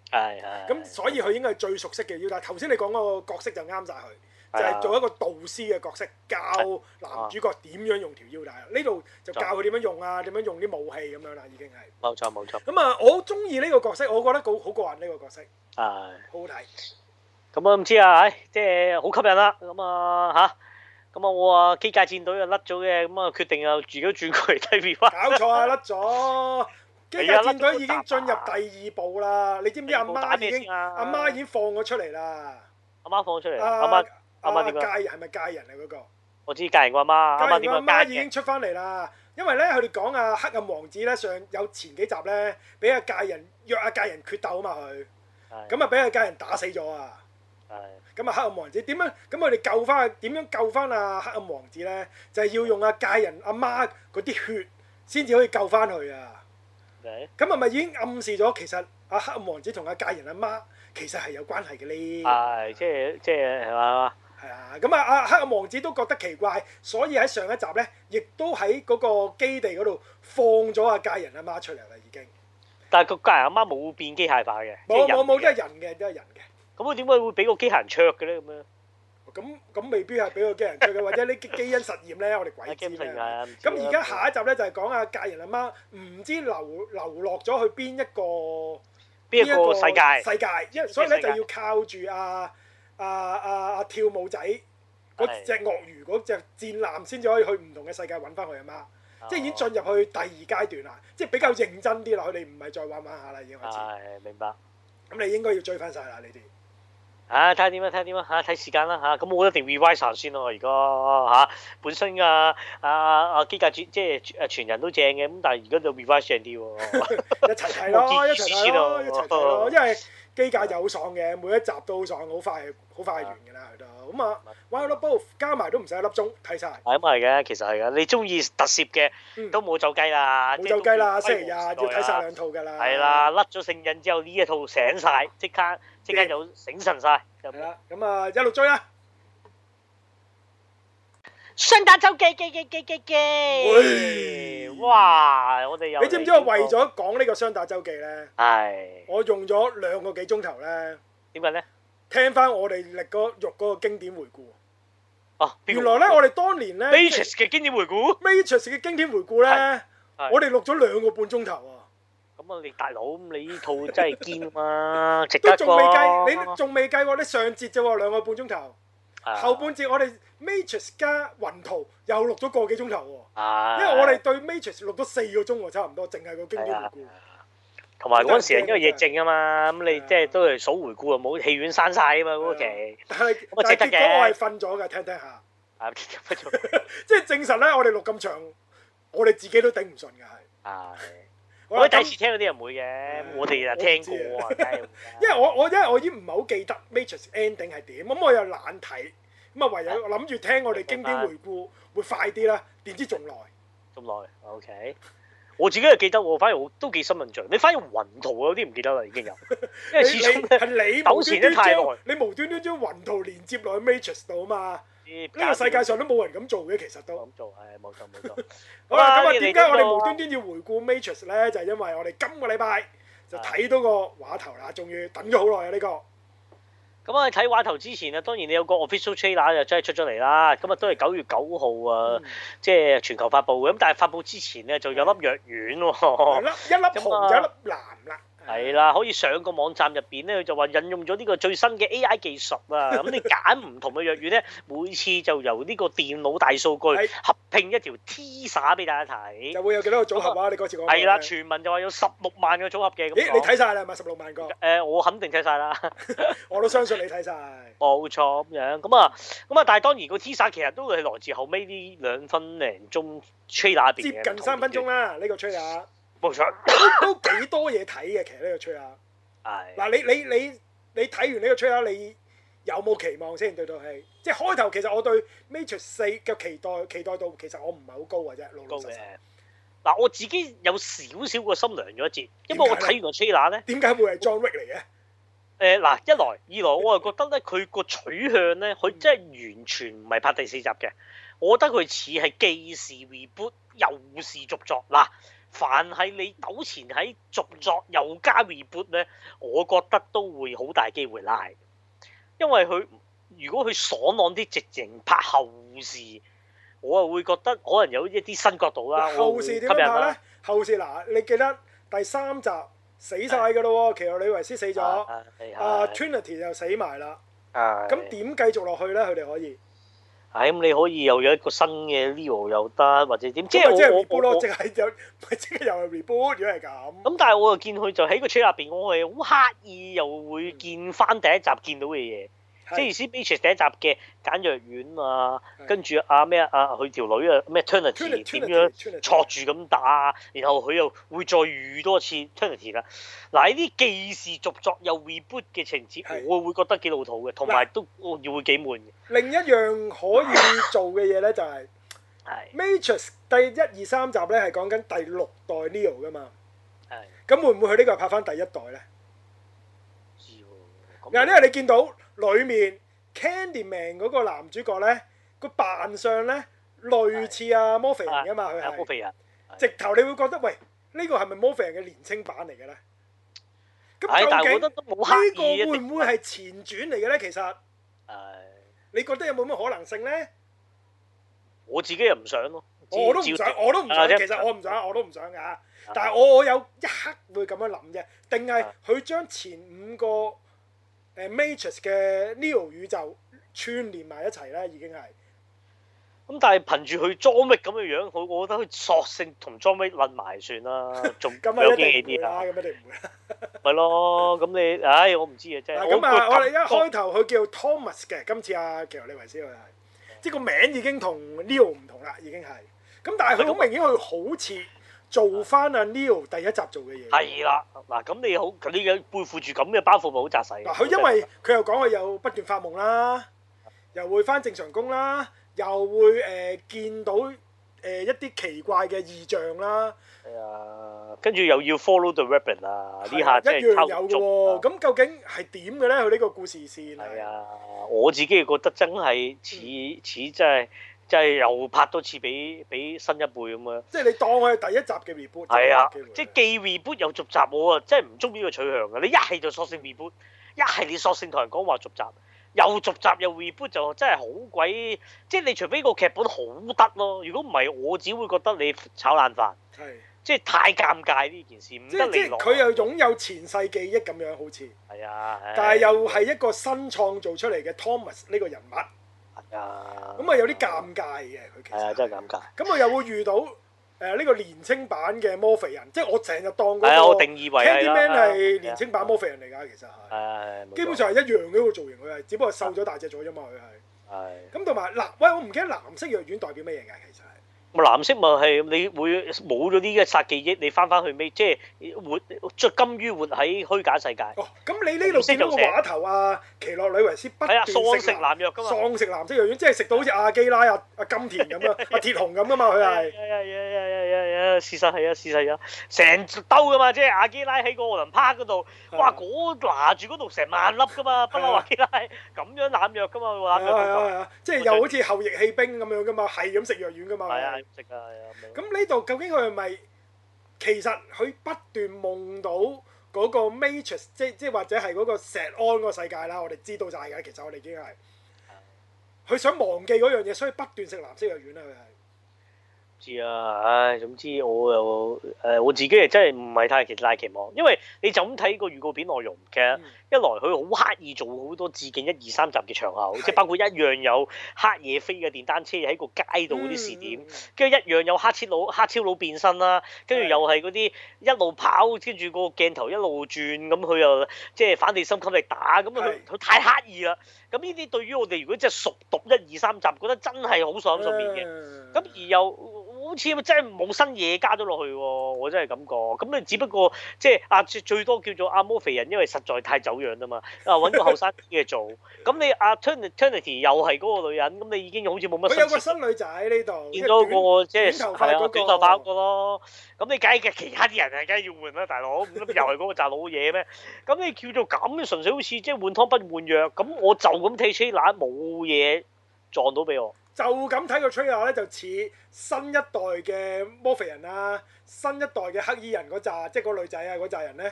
[SPEAKER 1] 係係。啊
[SPEAKER 2] 咁所以佢應該係最熟悉嘅腰帶。頭先你講嗰個角色就啱晒佢，就
[SPEAKER 1] 係啊
[SPEAKER 2] 係做一個導師嘅角色，教男主角點樣用條腰帶啦。啊呢度就教佢點樣用啊，點樣用啲武器咁樣啦，已經係。
[SPEAKER 1] 冇錯冇錯，
[SPEAKER 2] 咁啊，我好中意呢個角色，我覺得好好過癮呢個角色，
[SPEAKER 1] 係。
[SPEAKER 2] 好好睇。
[SPEAKER 1] 咁我唔知啊，唉，即係好吸引啦。咁啊吓，咁啊我啊機界戰隊啊甩咗嘅，咁啊決定啊自己轉過嚟睇 r e
[SPEAKER 2] 搞錯啊，甩 咗！機
[SPEAKER 1] 哎
[SPEAKER 2] 械戰隊已經進入第二步啦，你知唔知阿媽已經
[SPEAKER 1] 啊
[SPEAKER 2] 阿媽已經放咗出嚟啦？
[SPEAKER 1] 阿媽放咗出嚟，阿
[SPEAKER 2] 阿
[SPEAKER 1] 媽阿媽點啊
[SPEAKER 2] 阿介係咪介人啊？嗰個
[SPEAKER 1] 我知隔人個阿媽，阿媽
[SPEAKER 2] 介
[SPEAKER 1] 點啊樣
[SPEAKER 2] 人阿媽
[SPEAKER 1] 奸
[SPEAKER 2] 已經
[SPEAKER 1] 嘅？
[SPEAKER 2] 出翻嚟啦，因為咧佢哋講啊黑暗王子咧上有前幾集咧，俾阿介人約阿介人決鬥啊嘛佢，
[SPEAKER 1] 係
[SPEAKER 2] 咁啊俾阿介人打死咗啊！
[SPEAKER 1] 係
[SPEAKER 2] 咁啊黑暗王子點樣？咁我哋救翻點樣救翻啊黑暗王子咧？就係要用阿介人阿媽嗰啲血先至可以救翻佢啊！
[SPEAKER 1] 係
[SPEAKER 2] 咁係咪已經暗示咗其實阿黑暗王子同阿佳人阿媽其實係有關係嘅咧。
[SPEAKER 1] 係即係即係係嘛？
[SPEAKER 2] 係啊，咁啊，阿黑暗王子都覺得奇怪，所以喺上一集咧，亦都喺嗰個基地嗰度放咗阿界人阿媽出嚟啦，已經
[SPEAKER 1] 但係個家人阿媽冇變機械化嘅，即
[SPEAKER 2] 冇
[SPEAKER 1] 係人
[SPEAKER 2] 冇冇，
[SPEAKER 1] 嚟
[SPEAKER 2] 都
[SPEAKER 1] 嘅
[SPEAKER 2] 係人嘅，都係人嘅。
[SPEAKER 1] 咁佢點解會俾個機械人灼嘅咧？咁樣
[SPEAKER 2] 咁咁未必係俾個機人追嘅，或者呢基因實驗咧，我哋鬼
[SPEAKER 1] 啊
[SPEAKER 2] 知
[SPEAKER 1] 基本上
[SPEAKER 2] 啦。
[SPEAKER 1] 係啊
[SPEAKER 2] 咁而家下一集咧就係講阿界人阿媽唔知流流落咗去邊一個
[SPEAKER 1] 邊一個世界？
[SPEAKER 2] 世界，因為所以咧就要靠住啊阿阿阿阿啊跳舞仔嗰
[SPEAKER 1] 係
[SPEAKER 2] 只鱷魚嗰只戰艦先至可以去唔同嘅世界揾翻佢阿媽。
[SPEAKER 1] 哦
[SPEAKER 2] 即係已經進入去第二階段啦，即係比較認真啲啦。佢哋唔係再玩玩下啦，已經開始。
[SPEAKER 1] 啊係明白。
[SPEAKER 2] 咁你應該要追翻晒啦，你哋。
[SPEAKER 1] 啊，睇下點啊，睇下點啊，嚇睇時間啦嚇。咁、我一定 revise 下先咯，而家嚇本身啊啊啊機械主即係誒全人都正嘅，咁但係而家就 revise 正 啲喎。
[SPEAKER 2] 一齊睇咯，
[SPEAKER 1] 我
[SPEAKER 2] 一
[SPEAKER 1] 建議
[SPEAKER 2] 齊睇
[SPEAKER 1] 先
[SPEAKER 2] 咯，
[SPEAKER 1] 咯哦
[SPEAKER 2] 一齊睇咯，因為機界就好爽嘅，每一集都好爽，好快
[SPEAKER 1] 啊
[SPEAKER 2] 好快完㗎啦，佢都咁啊。玩粒 both 加埋都唔使一粒鐘睇晒。
[SPEAKER 1] 係咁係嘅，其實係嘅。你中意特攝嘅
[SPEAKER 2] 嗯
[SPEAKER 1] 都冇走雞啦，
[SPEAKER 2] 冇走雞啦，
[SPEAKER 1] 即
[SPEAKER 2] 星
[SPEAKER 1] 係
[SPEAKER 2] 期日
[SPEAKER 1] 都
[SPEAKER 2] 要
[SPEAKER 1] 冇
[SPEAKER 2] 睇晒兩套㗎啦。
[SPEAKER 1] 啊係啦，甩咗聖印之後呢一套醒晒，即刻即刻就醒神晒。就
[SPEAKER 2] 係啦，咁啊一路追啦。
[SPEAKER 1] 雙打周記記記記記
[SPEAKER 2] 喂
[SPEAKER 1] 記，哇！我哋又
[SPEAKER 2] 你知唔知我為咗講呢個雙打周記咧，
[SPEAKER 1] 係
[SPEAKER 2] 我用咗兩個幾鐘頭咧，
[SPEAKER 1] 點解咧？
[SPEAKER 2] 聽翻我哋力哥肉嗰個經典回顧。
[SPEAKER 1] 哦，邊個
[SPEAKER 2] 原來咧，我哋當年咧
[SPEAKER 1] Matrix 嘅經典回顧。
[SPEAKER 2] Matrix 嘅經典回顧咧，
[SPEAKER 1] 係
[SPEAKER 2] 我哋錄咗兩個半鐘頭啊，
[SPEAKER 1] 咁啊，你大佬咁你呢套真係堅啊嘛，值得
[SPEAKER 2] 都仲未計，你
[SPEAKER 1] 啩
[SPEAKER 2] 仲未計喎，你上節啫喎，兩個半鐘頭，
[SPEAKER 1] 啊
[SPEAKER 2] 後半節我哋 Matrix 加雲圖又錄咗個幾鐘頭
[SPEAKER 1] 啊
[SPEAKER 2] 喎，因為我哋對 Matrix 錄咗四個鐘喎，差唔多，淨係個經典回顧。
[SPEAKER 1] 啊同埋嗰陣時係因為疫症啊嘛，咁你即係都係數回顧啊，冇戲院閂晒啊嘛嗰期。
[SPEAKER 2] 但係
[SPEAKER 1] 咁啊
[SPEAKER 2] 但係
[SPEAKER 1] 值得
[SPEAKER 2] 結
[SPEAKER 1] 嘅
[SPEAKER 2] 果我係瞓咗㗎，聽聽下，
[SPEAKER 1] 啊，
[SPEAKER 2] 即係證實咧，我哋錄咁長，我哋自己都頂唔順㗎，係。
[SPEAKER 1] 係。
[SPEAKER 2] 好啦
[SPEAKER 1] 我第一
[SPEAKER 2] 咁
[SPEAKER 1] 次聽嗰啲人會嘅，我哋就聽過啊，梗係會啦
[SPEAKER 2] 因為我我因為我已經唔係好記得 Matrix ending 係點，咁我又懶睇，咁啊唯有諗住聽我哋經典回顧會快啲啦，點知仲耐。
[SPEAKER 1] 咁耐，OK。我自己係記得喎，反而我都幾深印象。你反而雲圖有啲唔記得啦，已經有，因
[SPEAKER 2] 你
[SPEAKER 1] 為
[SPEAKER 2] 你
[SPEAKER 1] 始終咧
[SPEAKER 2] 係你無
[SPEAKER 1] 糾纏
[SPEAKER 2] 端端
[SPEAKER 1] 得太耐
[SPEAKER 2] 將你無端端將雲圖連接落去 Matrix 度啊嘛，
[SPEAKER 1] 呢
[SPEAKER 2] 呢個世界上都冇人咁做嘅其實都。
[SPEAKER 1] 咁做，係冇錯冇錯。
[SPEAKER 2] 好啦，咁啊
[SPEAKER 1] 你
[SPEAKER 2] 點
[SPEAKER 1] 哋
[SPEAKER 2] 解我
[SPEAKER 1] 嗰
[SPEAKER 2] 哋
[SPEAKER 1] 個
[SPEAKER 2] 無端端要回顧 Matrix 咧？就係因為我哋今個禮拜就睇到個話頭啦，終於等咗好耐啊呢個。
[SPEAKER 1] 咁啊，睇畫頭之前啊，當然你有個 official trailer 就真係出咗嚟啦。咁啊，都係九月九號啊
[SPEAKER 2] 嗯，
[SPEAKER 1] 即係全球發布嘅。咁但係發布之前咧，就有粒藥丸
[SPEAKER 2] 係
[SPEAKER 1] 喎。
[SPEAKER 2] 啦，一粒紅就一粒藍啦。
[SPEAKER 1] 哦啊係啦，可以上個網站入邊咧，佢就話引用咗呢個最新嘅 AI 技術 啊。咁你揀唔同嘅藥丸咧，每次就由呢個電腦大數據
[SPEAKER 2] 係
[SPEAKER 1] 合拼一條 T 灑俾大家睇。
[SPEAKER 2] 就會有幾多個組合啊？你嗰次講過
[SPEAKER 1] 係啦，傳聞就話有十六萬個組合嘅咁
[SPEAKER 2] 咦，你
[SPEAKER 1] 講。
[SPEAKER 2] 睇晒啦，係咪十六萬個？
[SPEAKER 1] 誒，我肯定睇晒啦。
[SPEAKER 2] 我都相信你睇晒。
[SPEAKER 1] 冇錯咁樣，咁啊，咁啊，但係當然個 T 恤其實都係來自後尾呢兩分零鐘 trailer 入邊
[SPEAKER 2] 接
[SPEAKER 1] 嘅
[SPEAKER 2] 近三分鐘，啦，呢個吹下
[SPEAKER 1] 冇錯，
[SPEAKER 2] 都幾多嘢睇嘅。其實呢個吹下，
[SPEAKER 1] 係
[SPEAKER 2] 嗱你你你你睇完呢個吹下，你有冇期望先對套戲？即係開頭其實我對 Matrix 四嘅期待期待度其實我唔係好高嘅啫，老
[SPEAKER 1] 高
[SPEAKER 2] 老實
[SPEAKER 1] 嘅
[SPEAKER 2] 實。。
[SPEAKER 1] 嗱，我自己有少少個心涼咗一截，因為我睇完個 trailer 咧，
[SPEAKER 2] 點解會係 John Wick 嚟嘅？
[SPEAKER 1] 誒呃嗱，一來二來我係覺得咧，佢個取向咧，佢
[SPEAKER 2] 嗯
[SPEAKER 1] 真係完全唔係拍第四集嘅，我覺得佢似係既是 reboot 又是續作嗱。凡係你糾纏喺續作又加 reboot 咧，我覺得都會好大機會拉，因為佢如果佢爽朗啲，直情拍後事，我啊會覺得可能有一啲新角度啦，我
[SPEAKER 2] 後
[SPEAKER 1] 會吸
[SPEAKER 2] 事
[SPEAKER 1] 引
[SPEAKER 2] 點樣拍
[SPEAKER 1] 啦
[SPEAKER 2] 咧。？後
[SPEAKER 1] 啊
[SPEAKER 2] 事嗱，你記得第三集死晒㗎咯喎，奇洛李維斯死咗，啊
[SPEAKER 1] 係係
[SPEAKER 2] Trinity 又死埋啦，
[SPEAKER 1] 係
[SPEAKER 2] 啊咁點繼續落去咧？佢哋可以
[SPEAKER 1] 係咁，你可以又有一個新嘅 Leo 又得，或者點？即
[SPEAKER 2] 即係即係
[SPEAKER 1] 係
[SPEAKER 2] reboot
[SPEAKER 1] 我我
[SPEAKER 2] 咯，
[SPEAKER 1] 我
[SPEAKER 2] 即係有 咪即係又係 reboot，如果係咁。
[SPEAKER 1] 咁但係我又見佢就喺個車入邊，我係好刻意又會見翻第一集見到嘅嘢，
[SPEAKER 2] 係
[SPEAKER 1] 即係意思 Beaches 第一集嘅簡藥丸啊
[SPEAKER 2] 係，
[SPEAKER 1] 跟住啊咩啊佢條女啊咩 Trinity 點樣
[SPEAKER 2] Trinity，Trinity
[SPEAKER 1] 戳住咁打啊，然後佢又會再遇多次 Trinity 啦。嗱呢啲既是續作又 reboot 嘅情節，
[SPEAKER 2] 係
[SPEAKER 1] 我會覺得幾老土嘅，同埋都我要會幾悶嘅。
[SPEAKER 2] 另一樣可以做嘅嘢咧，就係
[SPEAKER 1] 係
[SPEAKER 2] Matrix 第一二三集咧係講緊第六代 Neo 噶嘛。
[SPEAKER 1] 係
[SPEAKER 2] 咁會唔會佢呢個係拍翻第一代咧？嗱，因為你見到裡面 Candyman 嗰個男主角咧，個扮相咧類似阿摩菲人噶嘛，佢
[SPEAKER 1] 阿啊摩
[SPEAKER 2] 係
[SPEAKER 1] 肥人，
[SPEAKER 2] 直頭你會覺得喂，呢個係咪摩菲人嘅年青版嚟嘅咧？
[SPEAKER 1] 唉，但
[SPEAKER 2] 咁
[SPEAKER 1] 係我覺
[SPEAKER 2] 究竟
[SPEAKER 1] 得都冇刻
[SPEAKER 2] 呢個
[SPEAKER 1] 意一
[SPEAKER 2] 會
[SPEAKER 1] 定
[SPEAKER 2] 唔會係前傳嚟嘅咧？其實
[SPEAKER 1] 唉
[SPEAKER 2] 你覺得有冇乜可能性咧？
[SPEAKER 1] 我自己又唔想咯，
[SPEAKER 2] 我都唔
[SPEAKER 1] 照
[SPEAKER 2] 想，哦我都唔
[SPEAKER 1] 啊
[SPEAKER 2] 想。
[SPEAKER 1] 即係啊
[SPEAKER 2] 其實我唔想，我都唔想㗎。但係我我有一刻會咁樣諗啫，定係佢將前五個誒 Matrix 嘅 Neo 宇宙串連埋一齊咧，已經係
[SPEAKER 1] 咁但係憑住佢 John Wick 咁嘅樣，我我覺得佢索性同 John Wick 混埋算 啦，仲
[SPEAKER 2] 咁啊，
[SPEAKER 1] 有經
[SPEAKER 2] 一
[SPEAKER 1] 氣
[SPEAKER 2] 定
[SPEAKER 1] 啲
[SPEAKER 2] 唔會啦，
[SPEAKER 1] 啊，
[SPEAKER 2] 咁一定唔會啦。
[SPEAKER 1] 咪咯，咁你唉，我唔知啊，真係
[SPEAKER 2] 嗱咁啊，
[SPEAKER 1] 個
[SPEAKER 2] 我哋一
[SPEAKER 1] 感覺
[SPEAKER 2] 開頭佢叫 Thomas 嘅，今次阿喬利維斯佢係，即係個名已經同 Neo 唔同啦，已經係。咁但係佢好明顯，佢好似做翻阿 Neo 第一集做嘅嘢。
[SPEAKER 1] 係啦，嗱咁你好，你有背負住咁嘅包袱咪好扎實嘅
[SPEAKER 2] 嗱，佢因為佢又講佢又不斷發夢啦，又會翻正常工啦，又會誒、呃、見到誒、呃一啲奇怪嘅異象啦，
[SPEAKER 1] 係啊，跟住又要 follow the rabbit 啊，呢
[SPEAKER 2] 係
[SPEAKER 1] 下
[SPEAKER 2] 啊
[SPEAKER 1] 真
[SPEAKER 2] 一
[SPEAKER 1] 係
[SPEAKER 2] 樣
[SPEAKER 1] 抽
[SPEAKER 2] 有
[SPEAKER 1] 中啊
[SPEAKER 2] 嘅喎。咁究竟係點嘅咧？佢呢個故事線
[SPEAKER 1] 係啊，我自己覺得真係似
[SPEAKER 2] 嗯
[SPEAKER 1] 似真係真係又拍多次俾俾新一輩咁樣。
[SPEAKER 2] 即係你當佢係第一集嘅 reboot 啫
[SPEAKER 1] 係啊
[SPEAKER 2] 有機會，
[SPEAKER 1] 即係既 reboot 又續集，我啊真係唔中意呢個取向嘅。你一係就索性 reboot，一係你索性同人講話續集，又續集又 reboot 就真係好鬼。即係你除非個劇本好得咯，如果唔係，我只會覺得你炒冷飯，
[SPEAKER 2] 係
[SPEAKER 1] 即係太尷尬呢件事，唔
[SPEAKER 2] 即
[SPEAKER 1] 得
[SPEAKER 2] 係即
[SPEAKER 1] 利
[SPEAKER 2] 係
[SPEAKER 1] 落。啊
[SPEAKER 2] 佢又擁有前世記憶咁樣好似，
[SPEAKER 1] 係啊，唉
[SPEAKER 2] 但係又係一個新創造出嚟嘅 Thomas 呢個人物，咁
[SPEAKER 1] 係啊，
[SPEAKER 2] 啊有啲尷尬嘅佢其
[SPEAKER 1] 係啊，
[SPEAKER 2] 實。
[SPEAKER 1] 真係尷尬。
[SPEAKER 2] 咁我又會遇到誒呃呢、個年青版嘅摩菲人，即係我成日當嗰
[SPEAKER 1] 係啊，我
[SPEAKER 2] 個
[SPEAKER 1] 定義為係啦
[SPEAKER 2] Candyman 係
[SPEAKER 1] 啊
[SPEAKER 2] 年青版摩菲人嚟㗎，其實係
[SPEAKER 1] 係冇錯
[SPEAKER 2] 基本上係一樣嘅個造型，佢係只不過瘦咗大隻咗啫嘛，佢係
[SPEAKER 1] 係
[SPEAKER 2] 咁同埋嗱，喂，我唔記得藍色藥丸代表乜嘢㗎，其實係
[SPEAKER 1] 咁藍色咪係你會冇咗呢個殺記憶，你翻翻去尾，即係活即係甘於活喺虛假世界。
[SPEAKER 2] 哦，咁你呢度見到個畫頭啊，奇洛里維斯不
[SPEAKER 1] 係啊，
[SPEAKER 2] 斷
[SPEAKER 1] 喪食
[SPEAKER 2] 食藍
[SPEAKER 1] 濫藥噶嘛。
[SPEAKER 2] 喪食藍色藥丸，即係食到好似阿基拉、啊、阿金田咁樣、 阿鐵雄咁㗎嘛，佢
[SPEAKER 1] 係
[SPEAKER 2] 係
[SPEAKER 1] 係係係係係，事實係啊，事實係啊，成兜噶嘛，即係阿基拉喺個奧林匹克嗰度，哇！嗰拿住嗰度成萬粒噶嘛，不嬲阿基拉咁樣濫藥噶嘛，
[SPEAKER 2] 係啊
[SPEAKER 1] 濫
[SPEAKER 2] 係啊
[SPEAKER 1] 藥
[SPEAKER 2] 係啊，即係又好似後翼棄兵咁樣㗎嘛，係咁食藥丸㗎嘛，佢
[SPEAKER 1] 係
[SPEAKER 2] 係
[SPEAKER 1] 啊，食啊係啊，
[SPEAKER 2] 咁呢度究竟佢係咪其實佢不斷夢到嗰個 Matrix，即即或者係嗰個石安個世界啦？我哋知道晒㗎，其實我哋已經係佢想忘記嗰樣嘢，所以不斷食藍色藥丸啦。啊佢係
[SPEAKER 1] 知啊，唉，總之我又誒、我自己係真係唔係太期太期望，因為你就咁睇個預告片內容，其實
[SPEAKER 2] 嗯
[SPEAKER 1] 一來佢好刻意做好多致敬一二三集嘅場口，即係包括一樣有黑夜飛嘅電單車喺個街度嗰啲視點。
[SPEAKER 2] 嗯
[SPEAKER 1] 跟住一樣有黑超佬，黑超佬變身啦，跟住又係嗰啲一路跑，跟住個鏡頭一路轉，咁佢又即係反地心吸力打，咁啊佢
[SPEAKER 2] 係
[SPEAKER 1] 佢太刻意啦。咁呢啲對於我哋如果真係熟讀一二三集，覺得真係好爽口面嘅。
[SPEAKER 2] 嗯
[SPEAKER 1] 咁而又好似真係冇新嘢加咗落去喎，我真係感覺。咁你只不過即係啊，最最多叫做阿摩肥人，因為實在太走樣啦嘛。啊，揾個後生啲嘅做。 咁你阿 Trinity 又係嗰個女人，咁你已經好似冇乜
[SPEAKER 2] 佢有個
[SPEAKER 1] 刺激
[SPEAKER 2] 新女仔喺呢度，
[SPEAKER 1] 見到個即係
[SPEAKER 2] 短頭
[SPEAKER 1] 係
[SPEAKER 2] 髮嗰
[SPEAKER 1] 啊
[SPEAKER 2] 個
[SPEAKER 1] 短頭髮嗰個咯，咁你梗係嘅其他啲人啊，梗係要換啦，大佬，咁又係嗰個扎老嘢咩？咁你叫做咁，純粹好似即係換湯不換藥，咁我就咁睇車攬冇嘢撞到俾我，
[SPEAKER 2] 就咁睇個 trailer 咧，就似新一代嘅摩菲人啊，新一代嘅黑衣人嗰扎，即係嗰個女仔啊嗰扎人咧。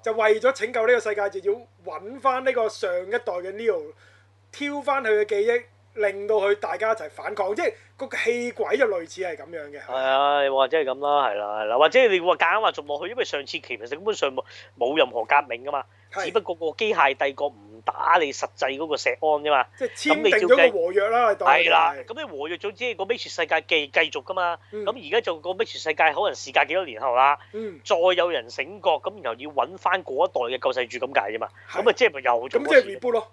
[SPEAKER 2] 就為咗拯救呢個世界，就要揾翻呢個上一代嘅 Neo，挑翻佢嘅記憶，令到佢大家一齊反抗，即係個氣鬼就類似係咁樣嘅。
[SPEAKER 1] 係啊，或者係咁啦，係啦，係啦，或者你話夾硬話續落去，因為上次其實根本上冇冇任何革命噶嘛，
[SPEAKER 2] 係
[SPEAKER 1] 只不過個機械帝國唔打你實際嗰個石安啫嘛。
[SPEAKER 2] 即係簽訂咗個和約啦，你當佢
[SPEAKER 1] 係啦，
[SPEAKER 2] 係
[SPEAKER 1] 咁你和約總之個 Matrix 世界繼繼續噶嘛，
[SPEAKER 2] 嗯
[SPEAKER 1] 咁而家就個 Matrix 世界可能時隔幾多年後啦，
[SPEAKER 2] 嗯，
[SPEAKER 1] 再有人醒覺，咁然後要揾翻嗰一代嘅救世主咁解啫嘛，
[SPEAKER 2] 係
[SPEAKER 1] 咁啊即係咪又做
[SPEAKER 2] 咁
[SPEAKER 1] 嗰
[SPEAKER 2] 即係
[SPEAKER 1] 次
[SPEAKER 2] reboot 咯，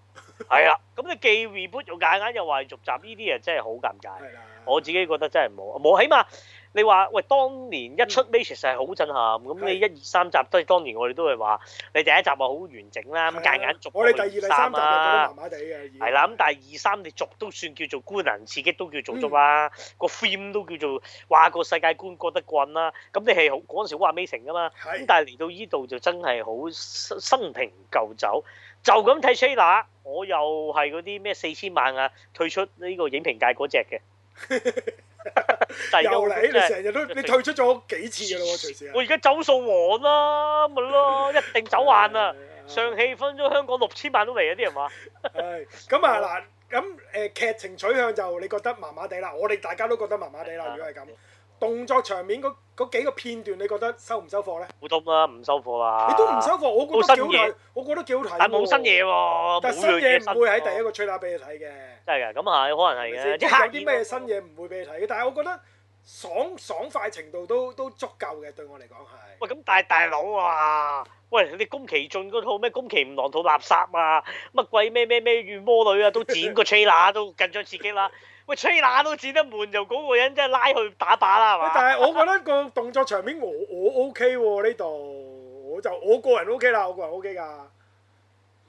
[SPEAKER 1] 係啦，咁你既 reboot 又夾硬又話係續集，呢啲啊真係好尷尬。
[SPEAKER 2] 係啦。
[SPEAKER 1] 我自己覺得真係冇冇，起碼你話喂，當年一
[SPEAKER 2] 嗯
[SPEAKER 1] 出 Matrix 係好震撼，咁你一二三集都係當年我哋都係話你第一集啊好完整啦，咁夾硬續
[SPEAKER 2] 我哋第二、第三集就覺得
[SPEAKER 1] 啦
[SPEAKER 2] 麻。麻地嘅，已經
[SPEAKER 1] 啊係啦，咁但係二三你續都算叫做官能刺激都叫做足
[SPEAKER 2] 嗯
[SPEAKER 1] 啦，個 film 都叫做話個世界觀覺得棍啦，咁你係好嗰陣時好話 Amazing 噶嘛，
[SPEAKER 2] 係
[SPEAKER 1] 咁但係嚟到依度就真係好生生平舊酒，就咁睇 trailer，我又係嗰啲咩四千萬啊，退出呢個影評界嗰只 嘅。但係
[SPEAKER 2] 又
[SPEAKER 1] 而家我
[SPEAKER 2] 嚟，你
[SPEAKER 1] 真係
[SPEAKER 2] 成日都你退出咗幾次㗎啦喎，隨時啊
[SPEAKER 1] 我而家走數王啦，咪 咯，一定走硬啊！！上氣分咗香港六千萬都嚟啊！啲人話
[SPEAKER 2] 係咁啊嗱，咁誒劇情取向就你覺得麻麻地啦，我哋大家都覺得麻麻地啦。如果係咁，動作場面嗰嗰幾個片段，你覺得收唔收貨咧？
[SPEAKER 1] 普通啊啦，唔收貨啦。
[SPEAKER 2] 你都唔收，貨，我覺得幾好
[SPEAKER 1] 冇新
[SPEAKER 2] 睇，我覺得幾好睇。
[SPEAKER 1] 但冇新，嘢喎，
[SPEAKER 2] 但
[SPEAKER 1] 冇
[SPEAKER 2] 新
[SPEAKER 1] 樣
[SPEAKER 2] 嘢
[SPEAKER 1] 新
[SPEAKER 2] 唔會喺第一個吹打俾你睇嘅。
[SPEAKER 1] 真係㗎，咁係可能係
[SPEAKER 2] 係咪
[SPEAKER 1] 嘅，
[SPEAKER 2] 先
[SPEAKER 1] 即
[SPEAKER 2] 即
[SPEAKER 1] 係啊
[SPEAKER 2] 係
[SPEAKER 1] 刻
[SPEAKER 2] 有
[SPEAKER 1] 意
[SPEAKER 2] 啲咩新嘢唔會俾你睇嘅，但係我覺得爽爽快程度都都足夠嘅，對我嚟講係。
[SPEAKER 1] 喂，咁但係大佬啊，喂，你宮崎駿嗰套咩宮崎吾郎套垃圾啊，乜鬼咩咩咩怨魔女啊，都剪個 trailer 都緊張刺激啦。喂，trailer 都剪得悶，就嗰個人真係拉去打靶啦，係
[SPEAKER 2] 喂
[SPEAKER 1] 嘛？
[SPEAKER 2] 但係我覺得個動作場面我我 OK 喎呢度，我就我個人 OK 啦，我個人 OK 㗎。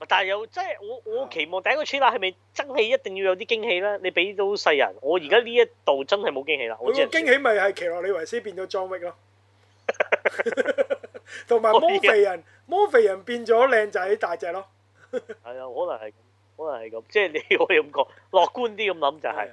[SPEAKER 1] 但係又即係我我期望第一個 trailer 係咪真係一定要有啲驚喜咧？你俾到世人，我而家呢一度真係冇驚喜啦，我
[SPEAKER 2] 佢
[SPEAKER 1] 只
[SPEAKER 2] 個
[SPEAKER 1] 能
[SPEAKER 2] 驚喜咪係奇洛里維斯變咗 John Wick 咯，同埋
[SPEAKER 1] 可以啊
[SPEAKER 2] 魔肥人魔肥人變咗靚仔大隻咯，
[SPEAKER 1] 係啊，可能係咁，可能係咁，即係你 可以咁講，樂觀啲咁諗就係、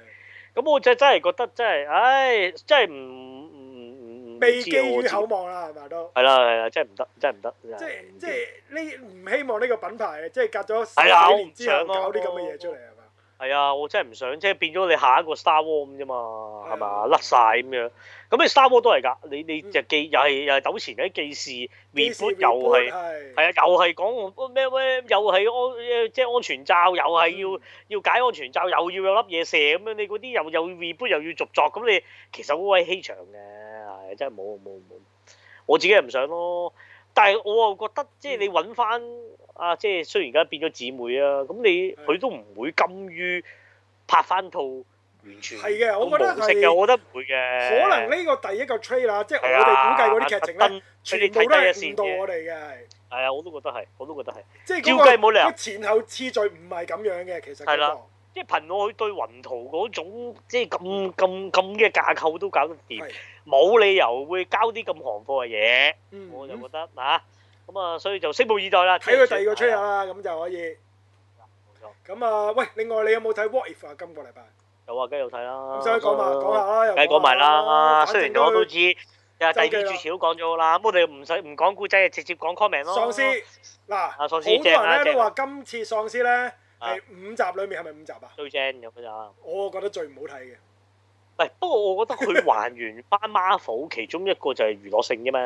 [SPEAKER 1] 咁我就真係覺得真係，唉，真係唔唔唔唔
[SPEAKER 2] 未
[SPEAKER 1] 知
[SPEAKER 2] 寄
[SPEAKER 1] 啊我
[SPEAKER 2] 予
[SPEAKER 1] 自己
[SPEAKER 2] 厚望啦，係咪都？
[SPEAKER 1] 係啦係啦，真係唔得，真係唔得。
[SPEAKER 2] 即
[SPEAKER 1] 係
[SPEAKER 2] 係即係呢唔希望呢個品牌即係隔咗
[SPEAKER 1] 係啊
[SPEAKER 2] 十幾年之
[SPEAKER 1] 我
[SPEAKER 2] 後
[SPEAKER 1] 唔想咯
[SPEAKER 2] 搞啲咁嘅嘢出嚟係嘛？
[SPEAKER 1] 係啊，我真係唔想，即係變咗你下一個 Star War 咁啫嘛，
[SPEAKER 2] 係
[SPEAKER 1] 係
[SPEAKER 2] 啊
[SPEAKER 1] 嘛，甩晒咁樣。咁你 Star War 都係㗎，你你
[SPEAKER 2] 嗯
[SPEAKER 1] 就記又係又係糾纏喺記事 reboot 又係
[SPEAKER 2] reboot，。係
[SPEAKER 1] 係啊，又係講咩咩，又係安即係安全罩，又係
[SPEAKER 2] 嗯
[SPEAKER 1] 要、要解安全罩，又要有粒嘢射咁樣，你嗰啲又又要 reboot 又要續作，咁你其實好鬼欺場嘅，係真係冇冇冇，我自己係唔想咯。但係我又覺得即
[SPEAKER 2] 嗯
[SPEAKER 1] 係你揾翻啊，即係雖然而家變咗姊妹啊，咁你
[SPEAKER 2] 係
[SPEAKER 1] 佢都唔會甘於拍翻套完全
[SPEAKER 2] 係嘅我覺得
[SPEAKER 1] 冇模式嘅，
[SPEAKER 2] 係
[SPEAKER 1] 我覺得唔會嘅。
[SPEAKER 2] 可能呢個第一個 trailer 即係
[SPEAKER 1] 係啊
[SPEAKER 2] 我哋估計嗰啲劇情
[SPEAKER 1] 特
[SPEAKER 2] 咧，
[SPEAKER 1] 登
[SPEAKER 2] 全部都係誤導我哋嘅係。
[SPEAKER 1] 係啊，我都覺得係，我都覺得係。
[SPEAKER 2] 即係
[SPEAKER 1] 照計
[SPEAKER 2] 嗰
[SPEAKER 1] 冇
[SPEAKER 2] 個
[SPEAKER 1] 理由
[SPEAKER 2] 個前後次序唔係咁樣嘅，其實
[SPEAKER 1] 係
[SPEAKER 2] 嗰
[SPEAKER 1] 啦
[SPEAKER 2] 個
[SPEAKER 1] 即係憑我對雲圖嗰種即係咁咁咁嘅架構都搞得掂，
[SPEAKER 2] 嗯係
[SPEAKER 1] 冇理由會交啲咁行貨嘅嘢，
[SPEAKER 2] 嗯
[SPEAKER 1] 我就覺得嗱咁啊，所以就拭目以待啦。
[SPEAKER 2] 睇佢第二個 trailer
[SPEAKER 1] 啊，
[SPEAKER 2] 啦，咁就可以。
[SPEAKER 1] 冇錯
[SPEAKER 2] 咁啊，喂，另外你有冇睇 What If 啊？今個禮拜
[SPEAKER 1] 有啊，梗係有睇啦。啊
[SPEAKER 2] 咁所以講埋講下，哦啦，又
[SPEAKER 1] 梗係講埋啦。
[SPEAKER 2] 啦。
[SPEAKER 1] 雖然我都知，啊第
[SPEAKER 2] 周
[SPEAKER 1] 二
[SPEAKER 2] 記啦
[SPEAKER 1] 啲主持都講咗啦，咁我哋唔使唔講古仔，直接講 comment 咯。
[SPEAKER 2] 喪屍嗱，
[SPEAKER 1] 啊
[SPEAKER 2] 好
[SPEAKER 1] 喪
[SPEAKER 2] 多
[SPEAKER 1] 屍正啊
[SPEAKER 2] 人咧
[SPEAKER 1] 正
[SPEAKER 2] 都
[SPEAKER 1] 啊
[SPEAKER 2] 話今次喪屍咧
[SPEAKER 1] 啊
[SPEAKER 2] 係五集裡面係咪五集啊？
[SPEAKER 1] 最正咁樣啊！
[SPEAKER 2] 我覺得最唔好睇嘅。
[SPEAKER 1] 喂，不過我覺得佢還原翻 Marvel 其中一個就係娛樂性啫嘛。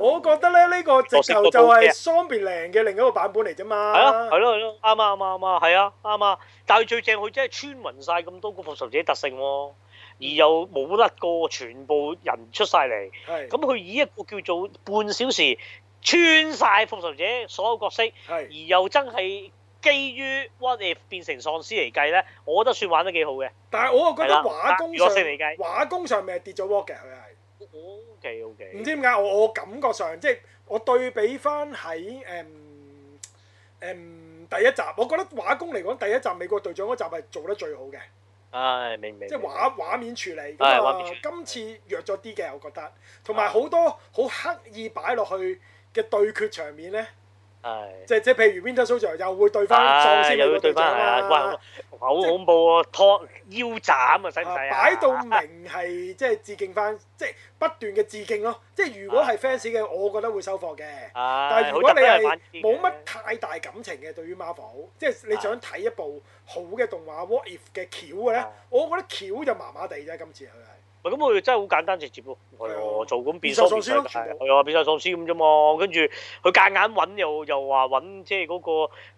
[SPEAKER 2] 我覺得咧呢個直頭就係 Zombieland 嘅另一個版本嚟啫
[SPEAKER 1] 係啊，
[SPEAKER 2] 嘛
[SPEAKER 1] 係。咯，係咯，啱啊，啱啊，啱啊，係啊，啱啊。但係最正佢真係穿勻晒咁多個復仇者特性喎，
[SPEAKER 2] 嗯
[SPEAKER 1] 而又冇甩過，全部人出晒嚟。
[SPEAKER 2] 係
[SPEAKER 1] 咁佢以一個叫做半小時穿晒復仇者所有角色，而
[SPEAKER 2] 係
[SPEAKER 1] 又真係基於 What If 變成喪屍嚟計咧，我覺得算玩得幾好嘅。
[SPEAKER 2] 但係我又覺
[SPEAKER 1] 係
[SPEAKER 2] 得
[SPEAKER 1] 啦
[SPEAKER 2] 畫工
[SPEAKER 1] 娛
[SPEAKER 2] 上
[SPEAKER 1] 樂性嚟計
[SPEAKER 2] 畫工上面係跌咗 w a l 嘅，佢係。哦
[SPEAKER 1] O K O
[SPEAKER 2] 唔
[SPEAKER 1] K，
[SPEAKER 2] 知點解我我感覺上即係我對比翻喺誒誒第一集，我覺得畫工嚟講，第一集美國隊長嗰集係做得最好嘅，
[SPEAKER 1] 唉，明明
[SPEAKER 2] 即係畫畫面處理。咁
[SPEAKER 1] 係畫面
[SPEAKER 2] 啊
[SPEAKER 1] 處理，啊
[SPEAKER 2] 今次弱咗啲嘅，我覺得，同埋好多好刻意擺落去嘅對決場面咧，
[SPEAKER 1] 係。
[SPEAKER 2] 即係即係譬如 Winter Soldier 又會對翻喪
[SPEAKER 1] 唉，啊
[SPEAKER 2] 屍美
[SPEAKER 1] 又要
[SPEAKER 2] 國
[SPEAKER 1] 對
[SPEAKER 2] 隊長
[SPEAKER 1] 翻係啊！
[SPEAKER 2] 啦
[SPEAKER 1] 哇，，好恐怖喎，拖腰斬啊，使唔
[SPEAKER 2] 啊
[SPEAKER 1] 使啊？
[SPEAKER 2] 擺到明係即係致敬翻，即係不斷嘅致敬咯。即係如果
[SPEAKER 1] 啊
[SPEAKER 2] 係 fans 嘅，我覺得會收貨嘅。但
[SPEAKER 1] 但
[SPEAKER 2] 係如果你係冇乜太大感情嘅對於 Marvel，即係你想睇一部好嘅動畫 What If 嘅橋嘅咧
[SPEAKER 1] 啊，
[SPEAKER 2] 我覺得橋就麻麻地啫。今次佢
[SPEAKER 1] 喂，咁我哋真係好簡單直接咯，係
[SPEAKER 2] 係
[SPEAKER 1] 啊，
[SPEAKER 2] 啊
[SPEAKER 1] 做咁變
[SPEAKER 2] 變
[SPEAKER 1] 喪
[SPEAKER 2] 喪
[SPEAKER 1] 屍世
[SPEAKER 2] 屍咯
[SPEAKER 1] 界，係啊，變晒喪屍咁啫嘛。跟住佢夾硬揾又又話揾即係嗰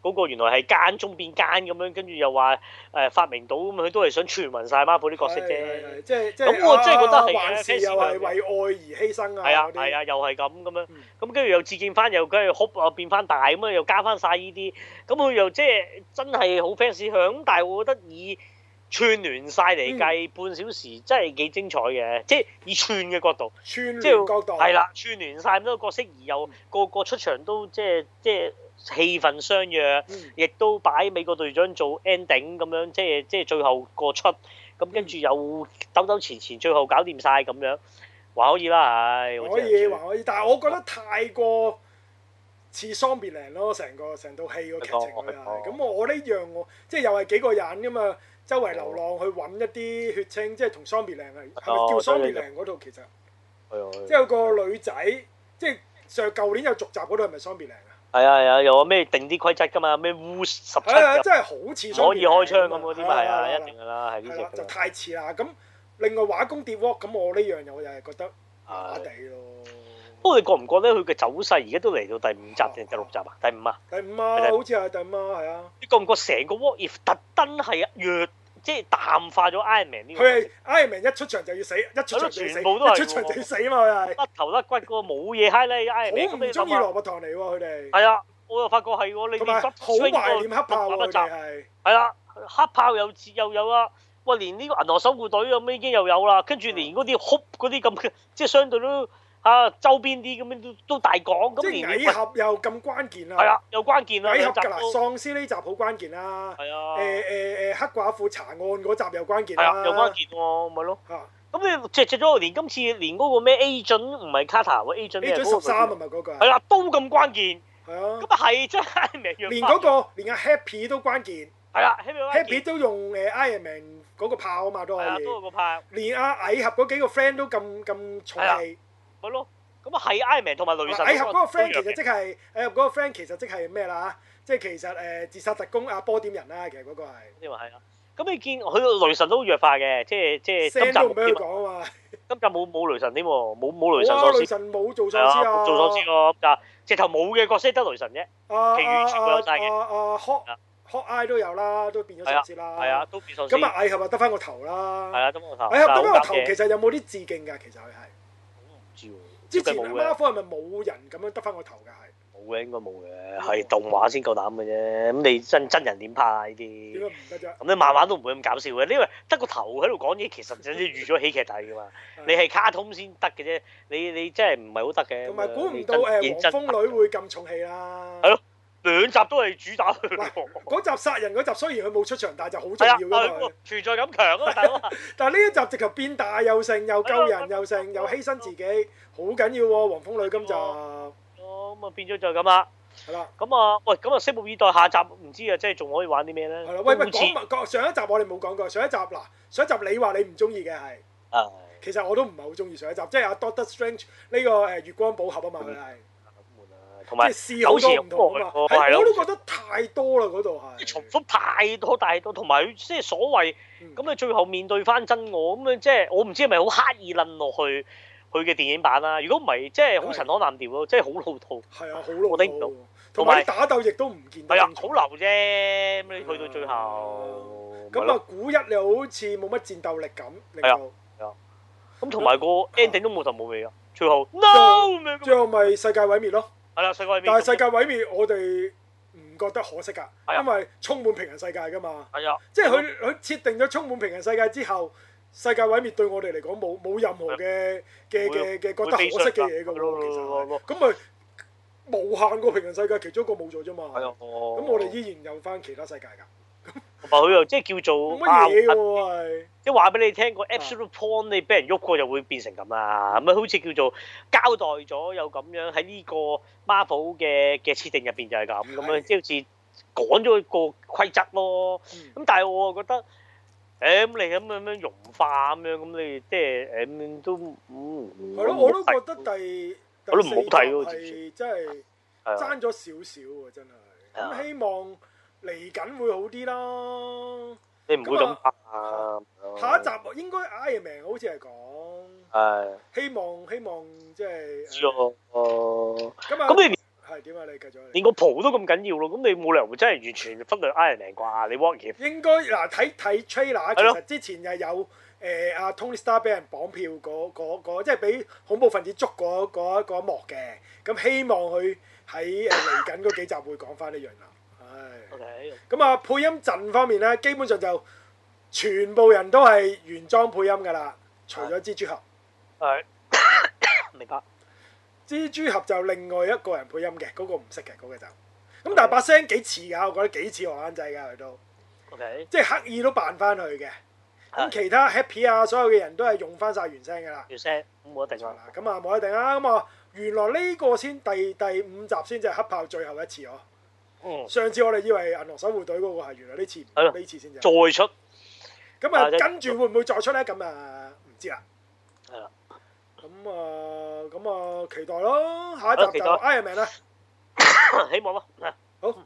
[SPEAKER 1] 個嗰個原來係奸中變奸咁樣，跟住又話誒發明到咁，佢都係想傳聞晒 Marvel 啲角色
[SPEAKER 2] 係係係
[SPEAKER 1] 啫。
[SPEAKER 2] 係即係即係
[SPEAKER 1] 咁我真係覺得係嘅
[SPEAKER 2] 啊還是
[SPEAKER 1] fans
[SPEAKER 2] 又係
[SPEAKER 1] 咪
[SPEAKER 2] 為愛而犧牲
[SPEAKER 1] 係
[SPEAKER 2] 啊
[SPEAKER 1] 啊係
[SPEAKER 2] 嗰啲。
[SPEAKER 1] 啊，又係咁咁樣
[SPEAKER 2] 嗯，
[SPEAKER 1] 咁跟住又致敬翻，又跟住 hope 啊變翻大咁啊，又加翻晒呢啲，咁佢又即係真係好 fans 向，咁但係我覺得以串聯晒嚟
[SPEAKER 2] 嗯
[SPEAKER 1] 計，半小時真係幾精彩嘅，即係以串嘅角度。
[SPEAKER 2] 串
[SPEAKER 1] 即係
[SPEAKER 2] 聯角度
[SPEAKER 1] 係，啦，串聯晒咁多個角色，而又個個出場都即係即係氣氛相若，
[SPEAKER 2] 嗯
[SPEAKER 1] 亦都擺美國隊長做 ending 咁樣，即係即係最後個出，咁跟住又兜兜前前，最後搞掂晒咁樣，還可以啦，唉，我
[SPEAKER 2] 可
[SPEAKER 1] 真係
[SPEAKER 2] 以還可以，但係我覺得太過似 Zombieland 咯，成個成套戲個劇情佢
[SPEAKER 1] 明白明
[SPEAKER 2] 係。
[SPEAKER 1] 白
[SPEAKER 2] 咁我呢樣我即係又係幾個人咁啊，周圍流浪去揾一啲血清，即係同 Zombieland 係係咪
[SPEAKER 1] 哦真
[SPEAKER 2] 叫
[SPEAKER 1] 係叫
[SPEAKER 2] Zombieland 嗰套其實？
[SPEAKER 1] 係
[SPEAKER 2] 即係有個女仔，即係上舊年有續集嗰度係咪 Zombieland 啊？
[SPEAKER 1] 啊係啊，有咩定啲規則㗎嘛？咩 Rule 十七
[SPEAKER 2] 係啊，
[SPEAKER 1] 唔
[SPEAKER 2] 真係好似 Zombieland
[SPEAKER 1] 可以開槍咁嗰啲嘛？係
[SPEAKER 2] 係
[SPEAKER 1] 啊，
[SPEAKER 2] 啦
[SPEAKER 1] 一定㗎啦，係
[SPEAKER 2] 係啦
[SPEAKER 1] 呢，只
[SPEAKER 2] 就太似啦。咁另外畫工跌 walk，咁我呢樣嘢我又係覺得麻麻地咯。
[SPEAKER 1] 不過你覺唔覺得佢嘅走勢而家都嚟到第五集定第六集啊？第五啊？
[SPEAKER 2] 第五啊，好似係第五啊，係啊。
[SPEAKER 1] 你覺唔覺成個 What If 特登係弱，即係淡化咗 Iron Man 呢個
[SPEAKER 2] 佢
[SPEAKER 1] 角色
[SPEAKER 2] 係 Iron Man 一出場就要死，一出場就要死，
[SPEAKER 1] 全部都係
[SPEAKER 2] 一出場就要死嘛，佢係。
[SPEAKER 1] 甩頭甩骨個冇嘢 highlight Iron
[SPEAKER 2] 好
[SPEAKER 1] Man 咁
[SPEAKER 2] 唔
[SPEAKER 1] 你
[SPEAKER 2] 中
[SPEAKER 1] 諗
[SPEAKER 2] 意
[SPEAKER 1] 下，
[SPEAKER 2] 羅伯唐尼喎，佢哋。
[SPEAKER 1] 係啊，我又發覺係喎，你連
[SPEAKER 2] 同埋
[SPEAKER 1] 得
[SPEAKER 2] 好懷念黑豹啊喎，佢哋係。
[SPEAKER 1] 係啦，黑豹又自又有啦，喂，連呢個銀河守護隊咁已經又有啦，跟住連嗰啲 Hope 嗰啲咁嘅， 即係相對都啊周邊啲咁樣都都大講，
[SPEAKER 2] 即
[SPEAKER 1] 咁連
[SPEAKER 2] 係
[SPEAKER 1] 喂
[SPEAKER 2] 蟻俠又咁關鍵
[SPEAKER 1] 係
[SPEAKER 2] 啦。
[SPEAKER 1] 啊，又關鍵啦，
[SPEAKER 2] 蟻
[SPEAKER 1] 兩
[SPEAKER 2] 俠
[SPEAKER 1] 集
[SPEAKER 2] 㗎啦，
[SPEAKER 1] 都
[SPEAKER 2] 喪屍呢集好關鍵啦。
[SPEAKER 1] 係啊，
[SPEAKER 2] 誒誒誒黑寡婦查案嗰集又關鍵
[SPEAKER 1] 係
[SPEAKER 2] 啦，
[SPEAKER 1] 啊，又關鍵喎，咪咯。
[SPEAKER 2] 嚇
[SPEAKER 1] 咁你隻隻咗，連今次連嗰個咩 A 準唔係 Carter 喎，A 準咩
[SPEAKER 2] A
[SPEAKER 1] 嗰個
[SPEAKER 2] 準十三啊
[SPEAKER 1] 咪
[SPEAKER 2] 嘛嗰個
[SPEAKER 1] 係
[SPEAKER 2] 係，
[SPEAKER 1] 啦，都咁關鍵，咁
[SPEAKER 2] 係啊，
[SPEAKER 1] 啊係真係明弱
[SPEAKER 2] 連
[SPEAKER 1] 化
[SPEAKER 2] 嗰個連阿 Happy 都關鍵
[SPEAKER 1] 係啦，Happy Wife
[SPEAKER 2] ，Happy 都用誒 Iron Man 嗰個炮啊嘛都
[SPEAKER 1] 係啊，
[SPEAKER 2] 可
[SPEAKER 1] 都
[SPEAKER 2] 以，
[SPEAKER 1] 有個派，
[SPEAKER 2] 連阿蟻俠嗰幾個 friend 都咁咁重氣，
[SPEAKER 1] 咪咯。咁啊係 Iron Man 同埋雷神
[SPEAKER 2] 蟻俠嗰個
[SPEAKER 1] 都弱
[SPEAKER 2] friend 其實
[SPEAKER 1] 嘅
[SPEAKER 2] 即係蟻俠嗰個 friend 其實即係咩啦？即係其實誒自殺特工阿波點人啦，其實嗰個係
[SPEAKER 1] 呢個係啊。咁你見佢雷神都弱化嘅，即係即係今
[SPEAKER 2] 聲
[SPEAKER 1] 集
[SPEAKER 2] 都唔
[SPEAKER 1] 冇
[SPEAKER 2] 俾佢
[SPEAKER 1] 添啊
[SPEAKER 2] 講啊嘛，
[SPEAKER 1] 今集冇冇雷神添喎，冇冇雷神
[SPEAKER 2] 好啊
[SPEAKER 1] 喪
[SPEAKER 2] 雷
[SPEAKER 1] 屍，
[SPEAKER 2] 神冇做喪
[SPEAKER 1] 係啊，
[SPEAKER 2] 屍啊，
[SPEAKER 1] 冇做喪屍個就直頭冇嘅角色得雷神啫，
[SPEAKER 2] 啊，
[SPEAKER 1] 其餘全部有晒嘅
[SPEAKER 2] 啊啊啊，Hawk
[SPEAKER 1] 啊
[SPEAKER 2] Hawk Eye 都有啦，都變咗喪屍啦。
[SPEAKER 1] 係啊，都變喪
[SPEAKER 2] 咁
[SPEAKER 1] 屍，
[SPEAKER 2] 啊，蟻俠啊得翻個頭
[SPEAKER 1] 係
[SPEAKER 2] 啦。
[SPEAKER 1] 啊，都冇頭，
[SPEAKER 2] 蟻俠得翻個頭，
[SPEAKER 1] 嘅
[SPEAKER 2] 其，實有冇啲致敬㗎？其實佢係
[SPEAKER 1] 唔知喎，之
[SPEAKER 2] 之前
[SPEAKER 1] 前
[SPEAKER 2] 啊
[SPEAKER 1] 冇嘅，
[SPEAKER 2] Marvel 係咪冇人咁樣得翻個頭㗎？係
[SPEAKER 1] 冇嘅應該冇
[SPEAKER 2] 哦
[SPEAKER 1] 嘅，係動畫先夠膽嘅啫，咁你真真人點拍啊呢
[SPEAKER 2] 點
[SPEAKER 1] 啲
[SPEAKER 2] 解？唔得啫？
[SPEAKER 1] 咁你漫畫都唔會咁搞笑嘅，因為得個頭喺度講嘢，其實就係預咗喜劇睇㗎嘛。
[SPEAKER 2] 嗯
[SPEAKER 1] 你係卡通先得嘅啫，你你真係唔係好得嘅。
[SPEAKER 2] 同埋估唔
[SPEAKER 1] 你
[SPEAKER 2] 到
[SPEAKER 1] 真
[SPEAKER 2] 誒
[SPEAKER 1] 認
[SPEAKER 2] 黃
[SPEAKER 1] 真
[SPEAKER 2] 蜂
[SPEAKER 1] 得
[SPEAKER 2] 女會咁重氣啦。
[SPEAKER 1] 係咯兩集都係主打 佢
[SPEAKER 2] 嗱
[SPEAKER 1] 喎。
[SPEAKER 2] 嗰集殺人嗰集雖然佢冇出場，啊但係就好重
[SPEAKER 1] 係
[SPEAKER 2] 要
[SPEAKER 1] 啊，
[SPEAKER 2] 㗎嘛
[SPEAKER 1] 係。存在感強啊嘛，大佬啊，
[SPEAKER 2] 但係呢一集直頭變大又剩，又救
[SPEAKER 1] 係啊
[SPEAKER 2] 人又剩，又犧牲自己，好緊要喎！黃蜂女今集係
[SPEAKER 1] 哦咁啊變咗就係咁啦。
[SPEAKER 2] 啦。
[SPEAKER 1] 咁啊，喂，咁啊，拭目以待，下集唔知啊，即係仲可以玩啲咩咧？
[SPEAKER 2] 係啦，喂喂，
[SPEAKER 1] 都嗯知
[SPEAKER 2] 講埋講上一集我哋冇講過，上一集嗱，上一集你話你唔中意嘅係，
[SPEAKER 1] 啊，
[SPEAKER 2] 其實我都唔係好中意上一集，即係阿 Doctor Strange 呢個誒月光寶盒啊嘛，佢係
[SPEAKER 1] 好悶啊同埋
[SPEAKER 2] 即係試好多唔同啊嘛，
[SPEAKER 1] 嗯好似有
[SPEAKER 2] 係
[SPEAKER 1] 喎
[SPEAKER 2] 我都覺得太多啦嗰度係，
[SPEAKER 1] 重複太多太多，同埋佢即係所謂
[SPEAKER 2] 嗯
[SPEAKER 1] 咁你最後面對翻真我咁樣，即係我唔知係咪好刻意撚落去佢嘅電影版啦。如果唔係，即係好陳腔濫調
[SPEAKER 2] 嗯
[SPEAKER 1] 咯，即係好老套。
[SPEAKER 2] 係啊，好老
[SPEAKER 1] 我頂唔到
[SPEAKER 2] 土，同埋啲
[SPEAKER 1] 同埋
[SPEAKER 2] 打鬥亦都唔見得
[SPEAKER 1] 係啊
[SPEAKER 2] 精，彩
[SPEAKER 1] 好流啫。咁你去到最後，咪
[SPEAKER 2] 咁啊
[SPEAKER 1] 咯
[SPEAKER 2] 古一你好似冇乜戰鬥力咁，令
[SPEAKER 1] 係啊
[SPEAKER 2] 到
[SPEAKER 1] 咁同埋個 ending 都冇頭冇尾啊。最後 no 咁樣咁
[SPEAKER 2] 最後咪世界毀滅咯，
[SPEAKER 1] 係啦，世界
[SPEAKER 2] 但係世
[SPEAKER 1] 係啊
[SPEAKER 2] 界毀滅我哋唔覺得可惜㗎，
[SPEAKER 1] 係啊
[SPEAKER 2] 因為充滿平行世界㗎嘛。
[SPEAKER 1] 啊，
[SPEAKER 2] 即係佢佢設定咗充滿平行世界之後，世界毀滅對我哋嚟講冇冇任何嘅嘅嘅嘅覺得可惜嘅嘢㗎喎，其實咁咪無限個平行世界其中一個冇咗啫嘛。
[SPEAKER 1] 係啊，
[SPEAKER 2] 咁
[SPEAKER 1] 咁
[SPEAKER 2] 我哋依然有翻其他世界㗎，
[SPEAKER 1] 同埋佢又即係叫
[SPEAKER 2] 冇
[SPEAKER 1] 做
[SPEAKER 2] 乜嘢㗎
[SPEAKER 1] 啊
[SPEAKER 2] 喎係。
[SPEAKER 1] 即係話俾你
[SPEAKER 2] 啊
[SPEAKER 1] 聽個 absolute point，你俾人喐過就會變成咁啦。咁啊，好似叫做交代咗有咁樣喺呢個 Marvel 嘅嘅設定入邊就係咁咁樣，
[SPEAKER 2] 係
[SPEAKER 1] 即係好似講咗個規則咯。咁但係我啊覺得，誒咁你咁樣樣融化咁樣，咁你即係誒咁都嗯
[SPEAKER 2] 係咯，我都覺得第
[SPEAKER 1] 我
[SPEAKER 2] 第
[SPEAKER 1] 都唔
[SPEAKER 2] 四
[SPEAKER 1] 好睇喎
[SPEAKER 2] 集係真係
[SPEAKER 1] 係啊
[SPEAKER 2] 爭咗少少喎，真係。
[SPEAKER 1] 係啊
[SPEAKER 2] 咁希望嚟緊會好啲啦。
[SPEAKER 1] 你唔會咁拍啊。
[SPEAKER 2] 下一集應該 Iron Man 好似係講。
[SPEAKER 1] 係
[SPEAKER 2] 希望希望即係
[SPEAKER 1] 知咯。哦
[SPEAKER 2] 咁啊，
[SPEAKER 1] 咁你
[SPEAKER 2] 係點啊？你繼續啊你
[SPEAKER 1] 連個蒲都咁緊要咯，咁你冇理由真係完全忽略 Iron Man 啩？你 What if？
[SPEAKER 2] 應該嗱睇睇 trailer，其
[SPEAKER 1] 係咯
[SPEAKER 2] 實之前又有誒阿 ờ, à, Tony Star 俾人綁票嗰嗰嗰，即係俾恐怖分子捉嗰嗰嗰一幕嘅。咁希望佢喺誒嚟緊嗰幾集會講翻呢樣啦。
[SPEAKER 1] O
[SPEAKER 2] 係
[SPEAKER 1] K。
[SPEAKER 2] 咁啊，配音陣方面咧，基本上就全部人都係原裝配音㗎啦，除咗蜘蛛俠。
[SPEAKER 1] 係 明白。
[SPEAKER 2] 蜘蛛俠就另外一個人配音嘅，嗰、個唔識嘅，嗰、個就咁，但係把聲幾似㗎，我覺得幾似荷蘭仔㗎佢都，
[SPEAKER 1] O K。
[SPEAKER 2] 即係刻意都扮翻佢嘅。咁
[SPEAKER 1] 係
[SPEAKER 2] 其他 Happy 啊，所有嘅人都係用翻晒原聲㗎啦，
[SPEAKER 1] 條聲咁冇一
[SPEAKER 2] 冇
[SPEAKER 1] 定
[SPEAKER 2] 錯
[SPEAKER 1] 啊。
[SPEAKER 2] 啦。咁啊冇一定啦，咁啊原來呢個先第第五集先至係黑豹最後一次哦。
[SPEAKER 1] 嗯，
[SPEAKER 2] 上次我哋以為銀河守護隊嗰個係，原來呢次唔
[SPEAKER 1] 係咯
[SPEAKER 2] 呢次先至
[SPEAKER 1] 再。出
[SPEAKER 2] 咁啊
[SPEAKER 1] 啊，即
[SPEAKER 2] 跟住會唔會再出呢？咁啊，唔知啦。
[SPEAKER 1] 係啦。
[SPEAKER 2] 咁啊，咁啊，期待咯。下一集
[SPEAKER 1] 好期
[SPEAKER 2] 就
[SPEAKER 1] 待
[SPEAKER 2] Iron Man 啦。
[SPEAKER 1] 希望咯。
[SPEAKER 2] 好，